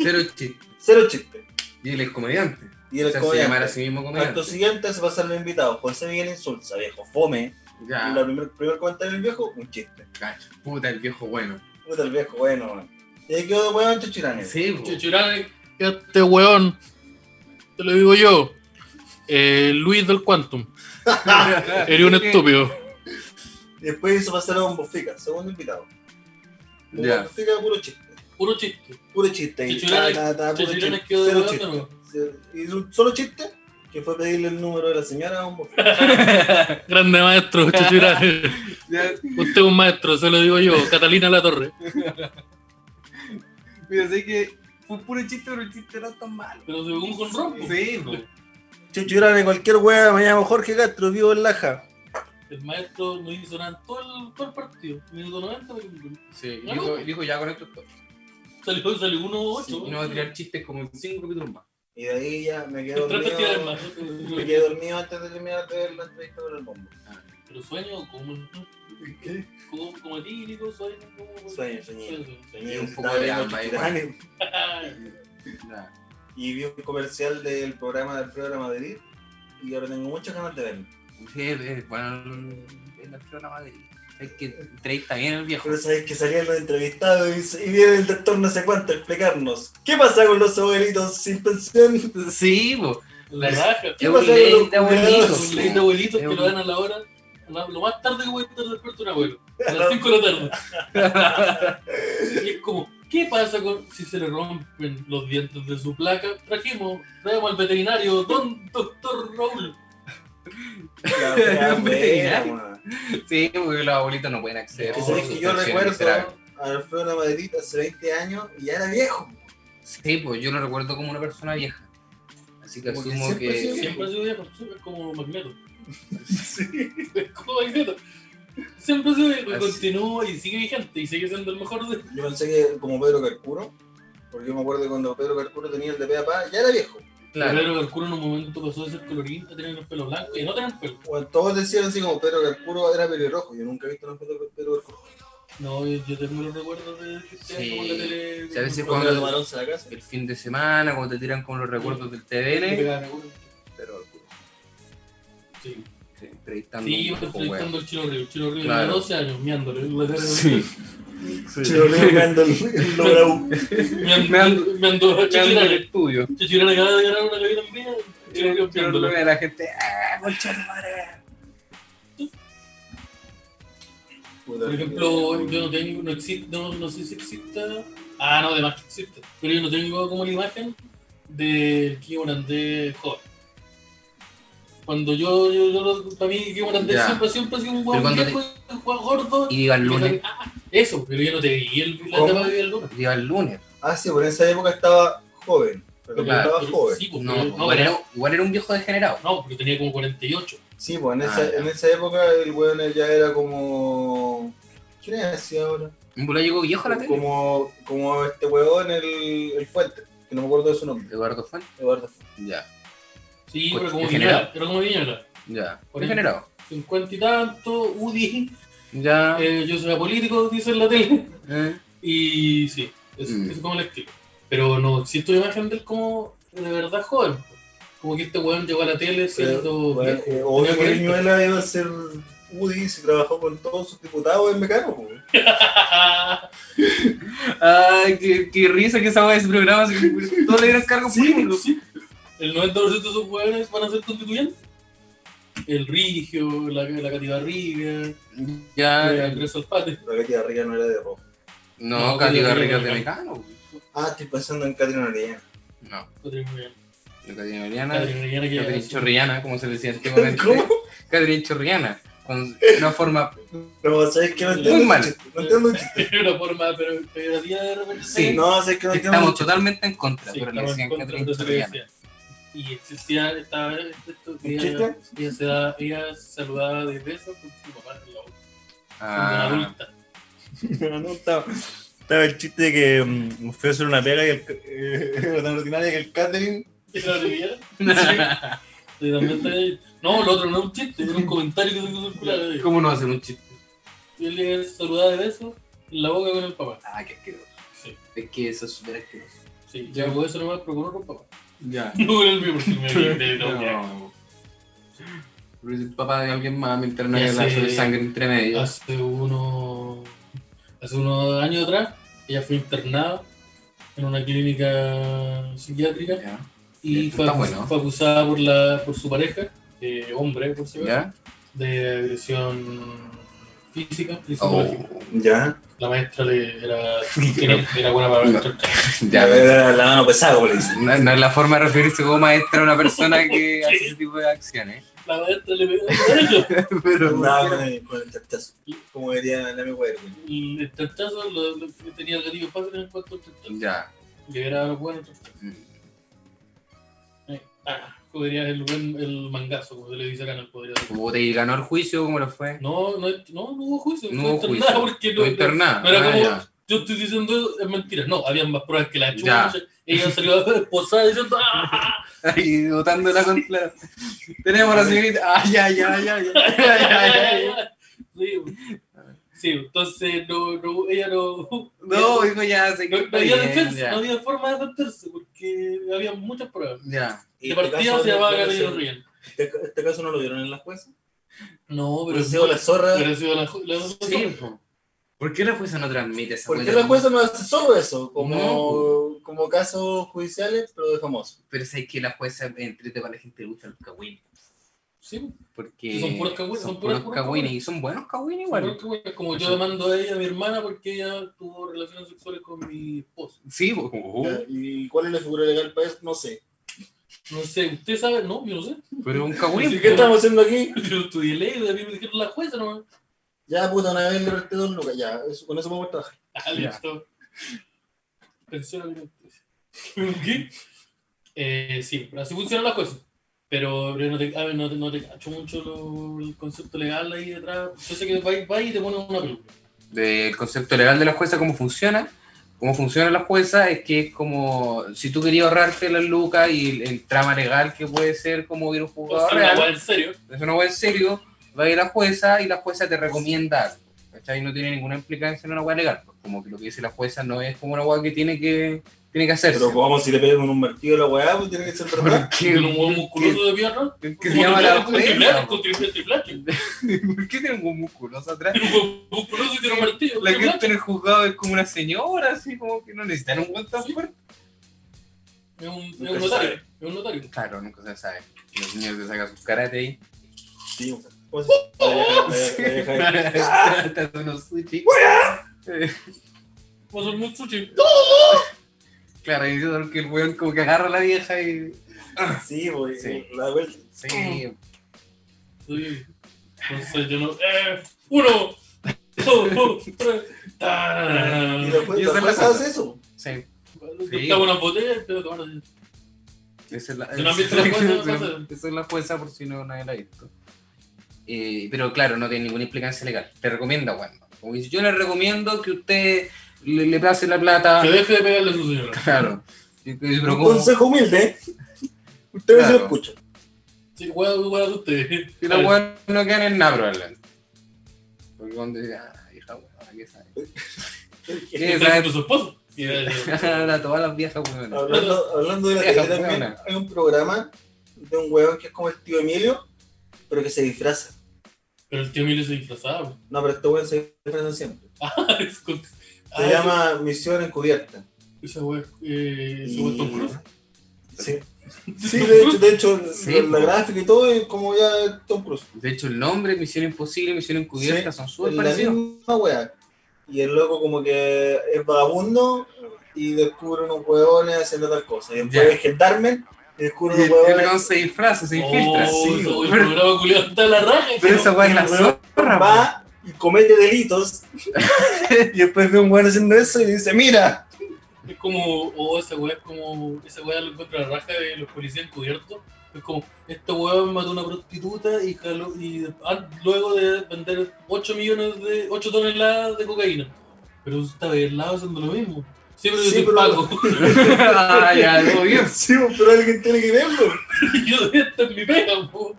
A: Cero chiste.
C: Cero chiste.
A: Y él es comediante.
C: Y
A: O
C: el
A: sea, se
C: comediante.
A: llamara a sí mismo comediante.
C: Acto siguiente se pasa los invitados. José Miguel Insulza, viejo fome.
A: Ya,
C: Y la primer, primer comentario del viejo, un chiste.
A: cacho. Puta, el viejo bueno.
C: Puta, el viejo, bueno, man. Y ahí quedó de weón Chichirane.
A: Sí, po.
B: Chichurane, este weón. Te lo digo yo. Eh, Luis del Quantum. Eres un estúpido.
C: Después hizo pasar a un Bofica, segundo invitado. Un
A: Ya.
C: Bofica, puro chiste.
B: Puro chiste.
C: Puro chiste. Y
B: Chichurane-
C: ta, ta, ta, puro
B: Chichurane
C: chiste.
B: quedó de
C: Cero
B: lado,
C: chiste.
B: ¿no?
C: Se- Hizo un solo chiste que fue pedirle el número de la señora a un Bofica.
B: Grande maestro, Chichurane.
A: Ya,
B: Usted es un maestro, se lo digo yo. Catalina La Torre.
A: mira, sé que Fue puro chiste, pero el chiste era tan malo.
B: Pero según con pues. rompo.
A: Sí, po.
D: Chuchurán en cualquier wea, me llamo Jorge Castro, vivo en Laja.
B: El maestro no hizo nada en todo el, todo el partido. Minuto 90, pero
A: Sí,
B: Claro.
A: dijo, dijo ya con esto es todo.
B: salió, salió 1-8.
A: Sí, y no va a tirar chistes como en 5 capítulos más.
C: Y de ahí ya me quedé
B: Tres festivales
C: dormido.
B: más.
C: Me quedé dormido antes de terminar de ver la entrevista con el bombo.
B: Pero sueño como, como, como típico, sueño como.
C: Sueño, soñé.
A: Y
C: Soñé
A: un
C: que
A: poco
C: estaba
A: de
C: viendo
A: alma ahí,
C: Chuchurán y-
A: Ya.
C: y vi un comercial del programa de Alfredo de la Madrid y ahora tengo muchas ganas de verlo.
A: Sí, es bueno, es la flor a Madrid. Es que entrevista bien el viejo.
C: Pero sabes que salían los entrevistados y, se- y viene el doctor no sé cuánto a explicarnos qué pasa con los abuelitos sin pensión.
A: Sí, po.
B: La raja.
A: Es
C: pasa
A: un
C: con los
A: lente abuelito.
C: culiados?
B: Un lindo abuelito
A: Es
B: que lo
A: un-
B: dan a la hora, a la- lo más tarde que puede estar despierto un abuelo, a las 5 de la tarde. Y es como, ¿qué pasa con, si se le rompen los dientes de su placa? Trajimos, traemos al veterinario, don doctor Raúl.
C: La wea
A: Un
C: buena,
A: veterinario.
C: weón.
A: Sí, porque los abuelitos no pueden acceder.
C: Que
A: a
C: sabes que yo
A: sustancias
C: recuerdo
A: miserables.
C: a Alfredo de la Madrid hace 20 años y ya era viejo.
A: Sí, pues yo lo recuerdo como una persona vieja. Así que
C: Como que
A: asumo
C: siempre ha
A: que.
C: sido
B: Siempre ha sido viejo, es como Magneto. Es como Magneto. Siempre se
A: Así.
B: continúa y sigue vigente y sigue siendo el mejor de... este.
C: Yo pensé que como Pedro Carcuro, porque yo me acuerdo que cuando Pedro Carcuro tenía el de pe a pa, ya era viejo.
A: Claro.
B: Pero el culo en un momento pasó de ser colorín a tener el pelo blanco y a no tener pelo.
C: Bueno, todos decían así como Pedro Carcuro era pelirrojo. Yo nunca he visto una foto de Pedro Carcuro.
B: No, eh, yo yo tengo los recuerdos de que sea
A: Sí.
B: como la tele.
A: Si a veces
C: Cuando
A: Cuando-
C: tomaron a la casa.
A: El fin de semana, cuando te tiran con los recuerdos del TVN.
C: Pedro Carcuro.
B: Sí,
A: eh, Entrevistando.
B: sí,
A: un
B: iba
A: viejo, weón.
B: entrevistando al Chino Río. El Chino Río
A: Claro.
B: de 12 años, miándole. La cara de-
C: Chilo Leo ganando el Lorau.
B: Miando-
A: Meando-
B: Miando a
A: Ya en el
B: Chichirane.
A: estudio.
B: Chichirane acaba de ganar una cabina en vida. Chino Río
A: Yo lo
B: miándole.
A: veo a la gente. ¡Ah, concha de madre!
B: Por ejemplo, yo no tengo, no existe, no, no sé si exista. Ah, no, además que existe. Pero yo no tengo como la imagen del Kio Morandé joven. Cuando yo, yo, yo, lo- para mí, Kio Morandé
A: Ya.
B: siempre, siempre ha sido un
A: Pero
B: guapo
A: cuando
B: viejo, un guau gordo.
A: Y iba el lunes.
B: Ah, eso, pero yo no te vi el, la
C: ¿Cómo?
B: etapa de el lunes.
A: Iba el lunes.
C: Ah, sí, por esa época estaba joven. Pero
A: Claro.
C: estaba joven.
B: Sí, porque,
A: No,
B: no,
A: igual,
B: era-
A: era, igual era un viejo degenerado.
B: no, porque tenía como 48.
C: Sí, pues en
A: Ah,
C: esa,
A: ya.
C: en esa época el weón ya era como. ¿Quién es así ahora?
A: Un boludo llegó viejo a la tele.
C: Como, como este weón, el, el Fuente, que no me acuerdo de su nombre,
A: Eduardo Fuentes.
C: Eduardo Fuente.
A: Ya,
B: Sí,
A: Pues,
B: pero como
A: degenerado.
B: Viñuela. Pero como Viñuela.
A: ya.
B: Por ahí.
A: Degenerado.
B: 50 y tanto, UDI.
A: Ya.
B: eh, yo soy apolítico, dice en la tele.
A: eh.
B: Y sí, es,
A: Mm.
B: es como el estilo. Pero no existe una imagen de él como de verdad joven. Como que este weón llegó a la tele siendo
C: Bueno,
B: viejo.
C: eh, obvio que
B: Tenía
C: Viñuela iba a ser Woody si trabajó con todos sus diputados en Mecano. weón.
B: 40.
A: Ay, qué, qué risa que esa wea de ese programa. se- Todos le dieron cargo político.
B: Sí. El 90% de esos weones van a ser constituyentes. El Rigio, la, la Cati Barriga,
A: Ah, Ya.
B: el Andrés Alpate.
C: La Katy Barriga no era de rojo.
A: No,
B: No,
A: Katy
B: Katy
A: Garriga
B: Garriga
A: es de
B: no.
A: Mecano. güey.
C: Ah, estoy pensando en Catrina Orellana.
A: No,
B: Catherine Orellana.
A: de Katy Mariana.
B: Catherine Orellana que-
A: Catherine Chorriana, como se le decía antiguamente. Catherine Chorriana. Con una forma.
C: No, ¿sabes qué? No
B: Muy
C: entiendo. el
A: mal.
C: chiste, No entiendo. el chiste.
B: De una forma, pero peyorativa de repente.
A: Sí.
C: No, ¿sabes que no entiendo? el
A: Estamos
C: chiste.
A: totalmente en contra,
B: Sí,
A: pero le
B: estaba
A: decían
B: en contra,
A: Catherine
B: pero se le
A: Chorriana.
B: decía. Y existía este, esta esto que
C: ¿Un
B: ella,
C: chiste?
B: ella, se da- ella se saludaba de besos con su papá en la boca, siendo una
A: Ah,
B: adulta.
D: No, no, estaba, estaba el chiste de que mm, fui a hacer una pega y el, eh, tan rutinaria que el catering
B: ¿Y la Riviera? Sí, también está ahí. No, lo otro no es un chiste, era un comentario que se hizo circular. ahí.
A: ¿Cómo no hacer un chiste?
B: Y él le saludaba de besos en la boca con el papá.
A: Ah, qué asqueroso.
B: Sí,
A: Es que eso es súper asqueroso.
B: sí. Yo hago eso nomás, pero con otro papá.
A: Ya.
B: No con el mío, porque me de no,
A: No. Pero es el papá de alguien más mientras no hay
B: Ya
A: lazo
B: sé. Ah,
A: de sangre entre medio.
B: Hace uno. Hace unos años atrás, ella fue internada en una clínica psiquiátrica.
A: Ya.
B: y
A: Esto
B: fue,
A: está
B: acus-
A: bueno.
B: fue acusada por, la, por su pareja, eh, hombre, por si acaso,
A: ¿Ya?
B: de agresión física y
A: Oh,
B: psicológica.
C: Ya.
B: La maestra le, era, era, era buena para maestra.
A: ya.
C: era la mano pesada, como le dicen.
A: No, no es la forma de referirse como maestra a una persona que hace ese tipo de acciones.
B: La maestra le pegó el derecho.
A: Pero
C: Andaba con el, con el chachazo. Como diría la mi güey.
B: El chachazo lo, lo- tenía el gatillo fácil en cuanto al chachazo.
A: Ya.
B: Y era bueno.
A: Mm.
B: Eh, ah, podría el, buen- el mangazo, como se le dice acá en el poder.
A: Puta, y ganó el juicio, ¿cómo lo fue?
B: No, no, no, no hubo juicio.
A: No
B: fue
A: hubo
B: internada
A: juicio.
B: porque
A: No
B: no,
A: internado.
B: no era
A: Ah,
B: como-
A: ya.
B: yo estoy diciendo eso, es mentira. No, había más pruebas que la
A: Ya.
B: chucha. Ella salió esposada diciendo, ¡ah!
A: Ahí botándola contra. Tenemos a la señorita. Ah, Ay, ay, ay, ay. ay, ay, ay, ay.
B: Sí, sí, entonces no, no, ella no.
A: No, dijo ya, se
B: No,
A: quedó
B: no había
A: bien,
B: defensa,
A: ya.
B: no había forma de defenderse porque había muchas pruebas.
A: Ya.
C: Y
B: De
C: este
B: partida
C: caso
B: se
C: no-
B: llamaba
C: no lo
B: Gabriel
C: sé.
B: Ryan.
C: Este, ca- este caso no lo vieron en las juezas.
B: No, pero
C: Pero se dio la zorra.
B: pero ha sido la, la-
A: Sí, po. ¿Por qué la jueza no transmite esa
C: ¿Por qué
A: weá?
C: la jueza no hace solo eso? Como,
A: No.
C: como casos judiciales, pero de famosos.
A: Pero sabes que la jueza entrete para la gente le gusta el cagüín.
B: sí, son
A: Porque
B: Son puros cagüines, son
A: puros
B: puros
A: cagüines, y son buenos cagüines igual.
B: puras que- como yo demando a ella, a mi hermana, porque ella tuvo relaciones sexuales con mi esposo.
A: Sí, po. Oh,
C: Ya, ¿Y cuál es la figura legal para eso? No sé.
B: No sé, ¿usted sabe? No, yo no sé.
A: pero un
B: Sí,
A: cagüín.
C: ¿Qué
A: po.
C: estamos haciendo aquí?
B: Yo estudié ley, a mí me dijeron la jueza nomás.
C: Ya, puta, una vez le resté dos lucas. Ya, eso- con eso vamos a trabajar.
B: Ah,
A: Ya.
B: listo. Pensión alimenticia. ¿Qué? Eh, sí, así funcionan las cosas. Pero pero no te, a ver, no, te- no te cacho mucho lo- el concepto legal ahí detrás. Yo sé que vais va y te pones una peluca.
A: del concepto legal de la jueza, cómo funciona. Cómo funciona la jueza es que es como si tú querías ahorrarte las lucas y el, el trama legal que puede ser como ir a un
B: O
A: juzgado
B: sea, una
A: Ah, real,
B: weá en serio.
A: es una web en serio, va a ir la jueza y la jueza te recomienda algo. ¿Cachai? No tiene ninguna implicancia en una web legal. pues, Como que lo que dice la jueza no es como una web que tiene que, tiene que hacerse.
C: Pero vamos, si le pegan con un martillo a la weá, pues tiene que ser verdad.
A: ¿Por qué?
B: Tiene un huevo musculoso de pierna.
A: ¿Qué- qué
B: Con
A: se llama la
B: triplete, con
A: jueza? po?
B: triplete, con triplete, triplete.
A: ¿Por qué tiene un musculoso atrás?
B: Tiene un huevo musculoso y tiene un martillo.
A: La
B: triplete.
A: gente en el juzgado es como una señora, así como que no necesitan un guante tan
B: Sí.
A: fuerte.
B: Es un, es
C: Nunca
B: un
C: se
B: notario.
C: sabe.
B: Es un notario.
A: Claro, nunca se sabe. Los niños que sacan sus karate ahí.
C: Sí, o sea, ¿cómo se- la vieja- la vieja- la vieja-
A: Trata de unos sushi. Eh,
B: Va a ser muy sushi.
A: Claro, y yo creo que el weón como que agarra a la vieja y.
C: Sí, pues,
A: Sí.
C: la vuelta.
A: Sí.
B: Sí. Entonces yo no. ¡Eh! ¡Uno! ¡Dos! ¡Tres!
C: Y
B: ¡Tarán!
C: la jueza,
A: Y esa es la
C: la jueza
A: cosa.
C: hace eso.
A: Sí.
B: Estaba una botella, pero tomar así.
A: Esa es la,
B: Si no han visto la jueza, no
A: esa- esa es la jueza por si no nadie la ha visto. Eh, pero claro, no tiene ninguna implicancia legal. Te recomienda, weón. Como dice, yo le recomiendo que usted le, le pase la plata.
B: Que deje de pegarle a su señora.
A: Claro. Y- y- Pero
C: Un
A: ¿cómo?
C: consejo humilde. ¿eh? Ustedes se
A: Claro.
C: lo escuchan.
B: Sí, hueá hueá de ustedes.
A: Si la weón no queda en el nabro, Alan. Porque cuando dice, ah, hija, weón, ¿qué sabe? ¿Qué
B: Está
A: sabe?
B: con su esposo. Y era-
A: a todas las viejas, weón.
C: Hablando, hablando de la
A: Vieja
C: tele también,
A: huevona.
C: hay un programa de un huevón que es como el tío Emilio, pero que se disfraza.
B: Pero el tío Emilio se disfrazaba. Ah,
C: No, pero este huevón se disfraza siempre.
B: Es con-
C: Se
B: Ah,
C: llama Misión Encubierta.
B: Esa hueá. eh, Esa hueá es Tom Cruise.
C: Sí. Sí, de hecho, de hecho
A: Sí,
C: la, la gráfica y todo es como ya Tom Cruise.
A: De hecho, el nombre, Misión Imposible, Misión Encubierta, son súper
C: la
A: parecidos.
C: misma wea. Y el loco como que es vagabundo y descubre unos huevones haciendo tal cosa. Y después
A: Ya.
C: es gendarme y descubre
A: Y
C: unos
A: el
C: huevones
A: weón se disfraza, se infiltra.
B: Oh,
A: Sí,
B: ese
A: weón.
B: hueá, el programa culiado está en la raja.
A: Pero esa weá es la
C: el weón
A: zorra, weón.
C: va y comete delitos. y después ve un hueón haciendo eso y dice, mira.
B: Es como, oh, esa weá es como, esa weá lo encuentra la raja de los policías encubiertos. Es como, este weón mató a una prostituta y, jaló- y ah, luego de vender 8 millones de, 8 toneladas de cocaína. Pero está lado haciendo lo mismo. Siempre yo
C: Sí,
B: soy
C: pero-
B: Paco.
A: Ah, ya, lo vio.
C: Sí, pues, pero alguien tiene que verlo.
B: yo, esta es mi pega, po.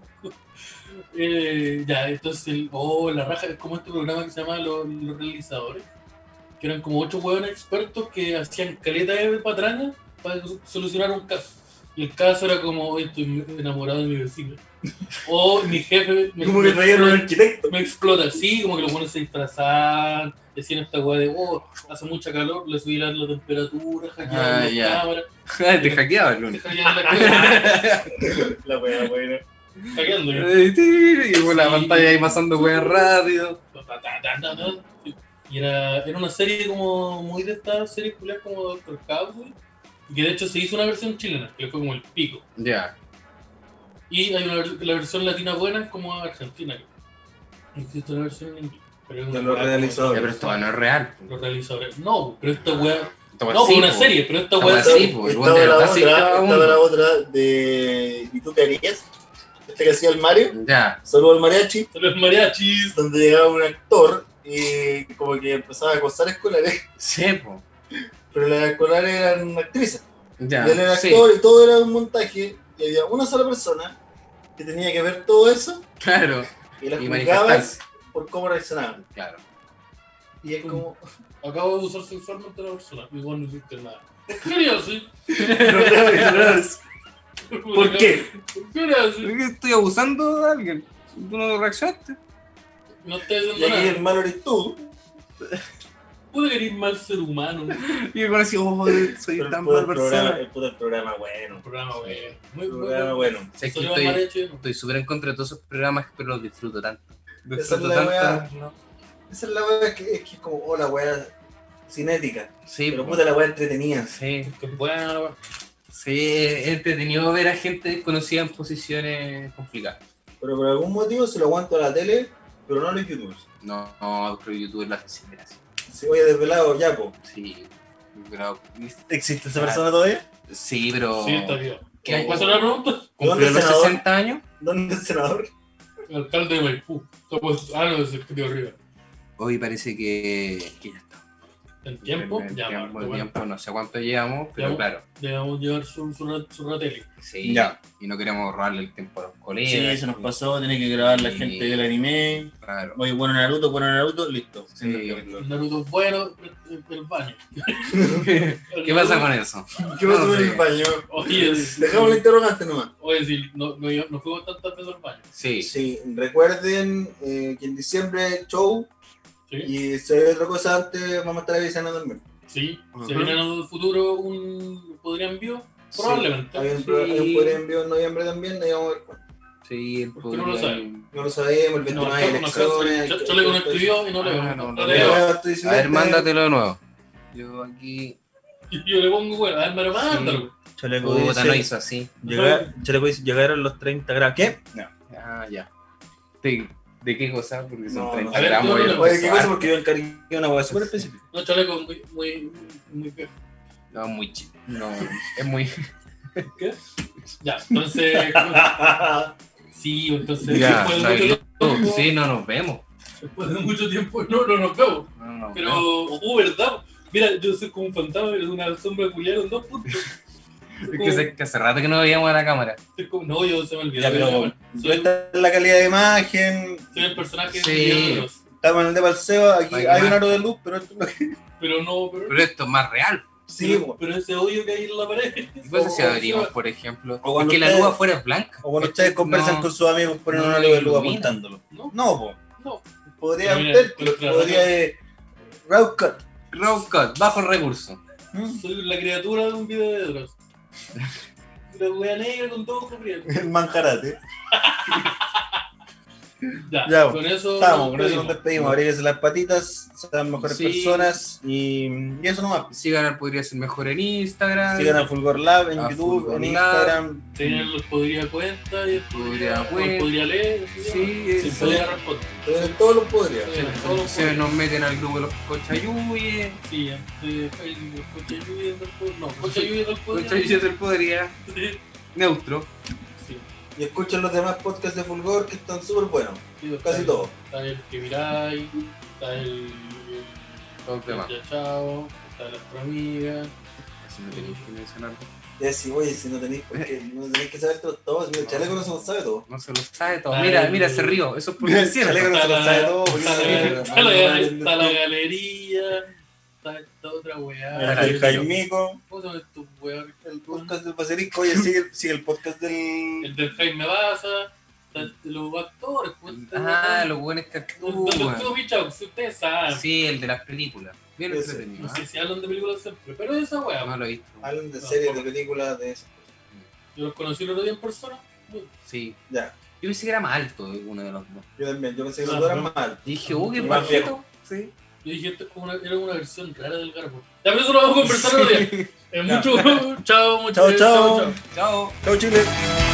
B: Eh, ya, entonces, el, oh, la raja es como este programa que se llama Los, Los Realizadores, que eran como ocho hueones expertos que hacían caleta de patraña para so- solucionar un caso. Y el caso era como, "Oye, estoy enamorado de mi vecino. O mi jefe me,
C: Como que traían un arquitecto.
B: me explota así, como que los buenos se disfrazaban, decían esta hueá de, oh, hace mucha calor, le subí la, la temperatura, hackeaban
A: Ah,
B: las
A: ya.
B: cámaras,
A: Te hackeaba el lunes.
B: hackeaban la cámara,
C: La wea, buena.
B: hackeando, ¿no?
A: Y con la
B: Sí.
A: pantalla ahí pasando weón rápido.
B: Ta, ta, ta, ta, ta. Y era, era una serie como muy de estas series culiadas como Doctor House, güey. Y que de hecho se hizo una versión chilena, que fue como el pico.
A: Ya.
B: Y hay una ver- la versión latina buena es como argentina. creo. Existe una versión en inglés. Pero es
C: De
B: una
C: los
B: weá
C: realizadores.
B: como-
A: pero esto no es real.
B: Los realizadores. No, pero esta weá.
A: Esto es
B: No, fue
A: Ah, así,
B: una
A: po.
B: serie, pero esta
A: Esta
B: weá.
A: weá Pues sí,
B: es-
A: po, el weón
C: estaba
A: de
C: la
A: verdad sí
C: otra,
A: estaba
C: estaba
A: uno.
C: la otra de ¿Y tú qué harías? Este que hacía el Mario,
A: Ya,
C: Saludo al mariachi,
B: Los mariachis.
C: donde llegaba un actor y como que empezaba a acosar escolares,
A: sí, po.
C: pero las escolares eran actrices.
A: Ya,
C: y él era
A: sí,
C: actor y todo era un montaje y había una sola persona que tenía que ver todo eso
A: claro.
C: y la
A: Y
C: juzgaba
A: manifestantes,
C: por cómo reaccionaban.
A: claro.
C: Y es como,
B: Acabo de usar sexualmente a la persona. Y vos no hiciste nada. Curioso.
D: ¿Por qué?
B: Curioso.
E: Creo que Estoy abusando de alguien. Tú no reaccionaste.
B: No estoy
C: y
B: haciendo
C: aquí
B: nada.
C: el malo eres tú,
B: Puede querer mal ser humano.
E: Y yo conocí, oh, soy
C: pero el
E: tan
C: puto
E: mala
C: programa,
E: persona.
C: el puto programa bueno,
B: programa, wey. Muy
C: el
B: muy
C: programa bueno.
A: Sé que
B: Solo
A: estoy-
B: mariachi.
A: Estoy súper en contra de todos esos programas, pero los disfruto tanto.
E: Disfruto
C: Esa es la
E: tanto. ¿no?
C: Esa es la wea que es, que es como, oh la wea cinética,
A: Sí,
C: pero
A: po.
C: puta la wea entretenida.
A: sí,
B: Que bueno, la weá.
A: sí, es entretenido ver a gente desconocida en posiciones complicadas.
C: Pero por algún motivo se lo aguanto a la tele, pero no a los youtubers.
A: No, no, pero YouTube es la asesina, sí.
C: Si voy a desvelado, ya, po.
A: Sí, pero,
D: ¿Existe esa persona todavía?
A: sí, pero
B: Sí, está bien.
A: ¿Qué hay?
B: ¿Cuál es la pregunta?
C: ¿Dónde
A: cumplió
C: es
A: los
C: senador?
A: 60 años.
C: ¿Dónde es el senador?
B: El alcalde de Maipú. Está puesto- Ah, no, es el de arriba.
A: Hoy parece que, que ya está.
B: El tiempo,
A: El
B: ya,
A: tiempo,
B: Marco,
A: el
B: bueno.
A: tiempo, no sé cuánto llevamos, pero
B: Llevamos-
A: claro.
B: Debemos llevar su, su, su ratele.
A: Sí,
D: Ya.
A: y no queremos robarle el tiempo a los colegas.
C: Sí, se nos pasó, tiene que grabar la gente del anime.
A: Claro.
C: Oye, bueno Naruto, bueno Naruto, listo.
A: Sí.
B: Naruto es bueno, el, el baño.
A: ¿Qué pasa con eso?
C: ¿Qué pasó
A: No
C: en
A: sé.
C: el baño?
B: Oye, es-
C: Dejamos el interrogante nomás.
B: Oye, sí, no, no, yo- no fuimos tantas veces al baño.
A: Sí,
C: Sí, recuerden eh, que en diciembre show
B: Sí,
C: y si hay otra cosa antes, vamos a estar avisando también.
B: sí.
A: Ajá.
B: Se viene en el futuro un podría envío,
C: Sí,
B: probablemente.
C: Hay un,
A: Sí.
C: pro- hay un poder envío en noviembre también, ahí vamos a ver cuándo.
A: sí, el
B: ¿Por qué no lo
A: podría-
B: sabe?
C: No lo sabemos, el
B: No,
C: 29 hay
B: no, no,
C: elecciones.
B: yo, yo le conecté y no le
A: Ah, no, no
B: no
A: le
B: le-
A: veo. A ver,
C: ver,
A: mándatelo de nuevo. Yo aquí.
B: Y yo le pongo, bueno, a ver, me lo mandan.
D: Chaleco
A: Puta, no
D: dice,
A: hizo así.
D: llega- Chaleco dice, llegaron los 30 grados. ¿Qué? No.
A: Ah, ya. ¿De, de qué cosa? Porque son
C: No,
A: 30
B: no sé.
A: gramos.
B: A ver,
A: yo
B: tú-
A: no
C: este, Oye, ¿qué
A: puedo
C: cosa?
A: saber.
C: Porque yo encargué una hueá súper específica.
B: No, chaleco, muy, muy, muy, muy viejo.
A: No, es muy chi- No, es muy.
B: Ya, entonces. sí, entonces.
A: Ya,
B: después,
A: está
B: de mucho
A: bien.
B: tiempo,
A: Oh, Sí, no nos vemos.
B: después de mucho tiempo, no, no nos vemos.
A: No, nos
B: Pero,
A: vemos.
B: oh, ¿verdad? Mira, yo soy como un fantasma, eres una sombra culiada con dos puntos.
A: Es que, se- que hace rato que no veíamos a la cámara.
B: Soy como- No, yo se me olvidó.
C: Ya, pero
B: soy,
C: Yo esta es la calidad de imagen.
B: soy el personaje
A: Sí.
B: de Dios,
C: Estamos en el de Balseba, aquí
A: Hay
C: hay un
A: imagen.
C: aro de luz, pero esto es lo que.
B: Pero no, pero,
A: Pero esto es más real.
C: Sí,
B: pero-
C: po.
B: pero ese odio que hay en la pared.
A: ¿Qué pasa si
C: O- o-
A: abrimos, por ejemplo?
C: o cuando
A: Es que la
C: ustedes-
A: luz afuera es blanca.
C: O cuando ustedes conversan
A: No.
C: con sus amigos, ponen
A: No
C: un aro de luz
A: ilumina.
C: apuntándolo.
B: No.
C: No, po.
B: No.
C: Podría
B: Mira,
C: usted,
B: contra-
C: podría. eh, Route cut.
A: Road cut, bajo recurso.
C: ¿Mm?
B: Soy la criatura de un video de Dross. Una wea negra con dos ojos prietos.
C: El manjarate.
B: Ya,
C: Ya,
B: con eso.
C: Estamos,
B: nos
C: por eso nos despedimos. Abríguense las patitas, sean mejores
A: Sí.
C: personas y, y eso nomás.
A: Sigan al podría ser mejor en Instagram.
C: Sigan a Fulgor Lab en
A: A
C: YouTube,
A: Fulgor
C: en
A: Lab.
C: Instagram.
B: Tener los podría cuenta y el podría,
A: Podría
B: o el
A: web.
B: podría leer.
A: Sí,
B: Sin
A: eso.
B: podría responder.
C: Pero Todo lo podría.
B: Sí, todo lo
A: Se nos meten al grupo de los cochayuyes.
B: Sí, de Facebook, Cocha Lluvia del Poder. No, Cocha Lluvia del Poder.
A: Cochayuyes del podría.
B: Sí,
A: Neutro.
B: sí,
C: Y escuchen los demás podcasts de Fulgor que están súper buenos.
B: sí, está
C: Casi
B: el-
C: todos.
B: Está el que miráis, está el.
A: Todo el
B: el
A: tema.
B: Ya Chao, está nuestra amiga.
A: Así no tenéis que mencionar.
C: Ya si, oye, si no tenéis, porque no tenéis que saber todo, todo. Si el chaleco no se lo sabe todo.
A: No se lo sabe todo.
B: Ay.
A: Mira, mira, se río. Eso es porque
C: Mira,
A: es cierto.
C: chaleco. Pero no se lo
B: está la-
C: sabe todo, porque
B: Está,
C: no
B: la-
C: se lo
B: está,
C: sabe.
B: la,
C: No, no,
B: está
C: no.
B: la galería, está esta otra weá.
A: Ahora,
C: El
A: yo-
C: Jaimico,
B: ¿Cómo se llama estos weones?
C: el podcast del Basilisco, oye, sigue, el- sigue el podcast del.
B: El del Jaime Baza, está el- los actores. pues,
A: Ah,
B: los
A: los buenos que
B: los- los
A: actúan.
B: estuvo fichado, si ustedes saben.
A: Sí, el de las películas. Bien
C: Ese.
A: entretenido.
B: No sé si hablan de películas siempre, pero esa
A: ¿ah?
B: weá.
A: No lo he visto.
C: Hablan de series, de películas, de eso.
B: Yo los conocí el otro día en persona. muy-
A: Sí.
C: Ya,
A: Yo pensé que era más alto eh, uno de los dos.
C: yo también, yo pensé que los dos eran mal.
A: Y dije, oh, qué
C: Más
A: bajito. Sí.
B: Yo dije, esto es como una, era una versión rara del garbo. Ya, pero eso lo vamos a conversar otro día. Es mucho. Chao, muchas
C: Chao,
B: gracias,
C: chao.
A: Chao.
C: Chao, Chile.
A: Chao.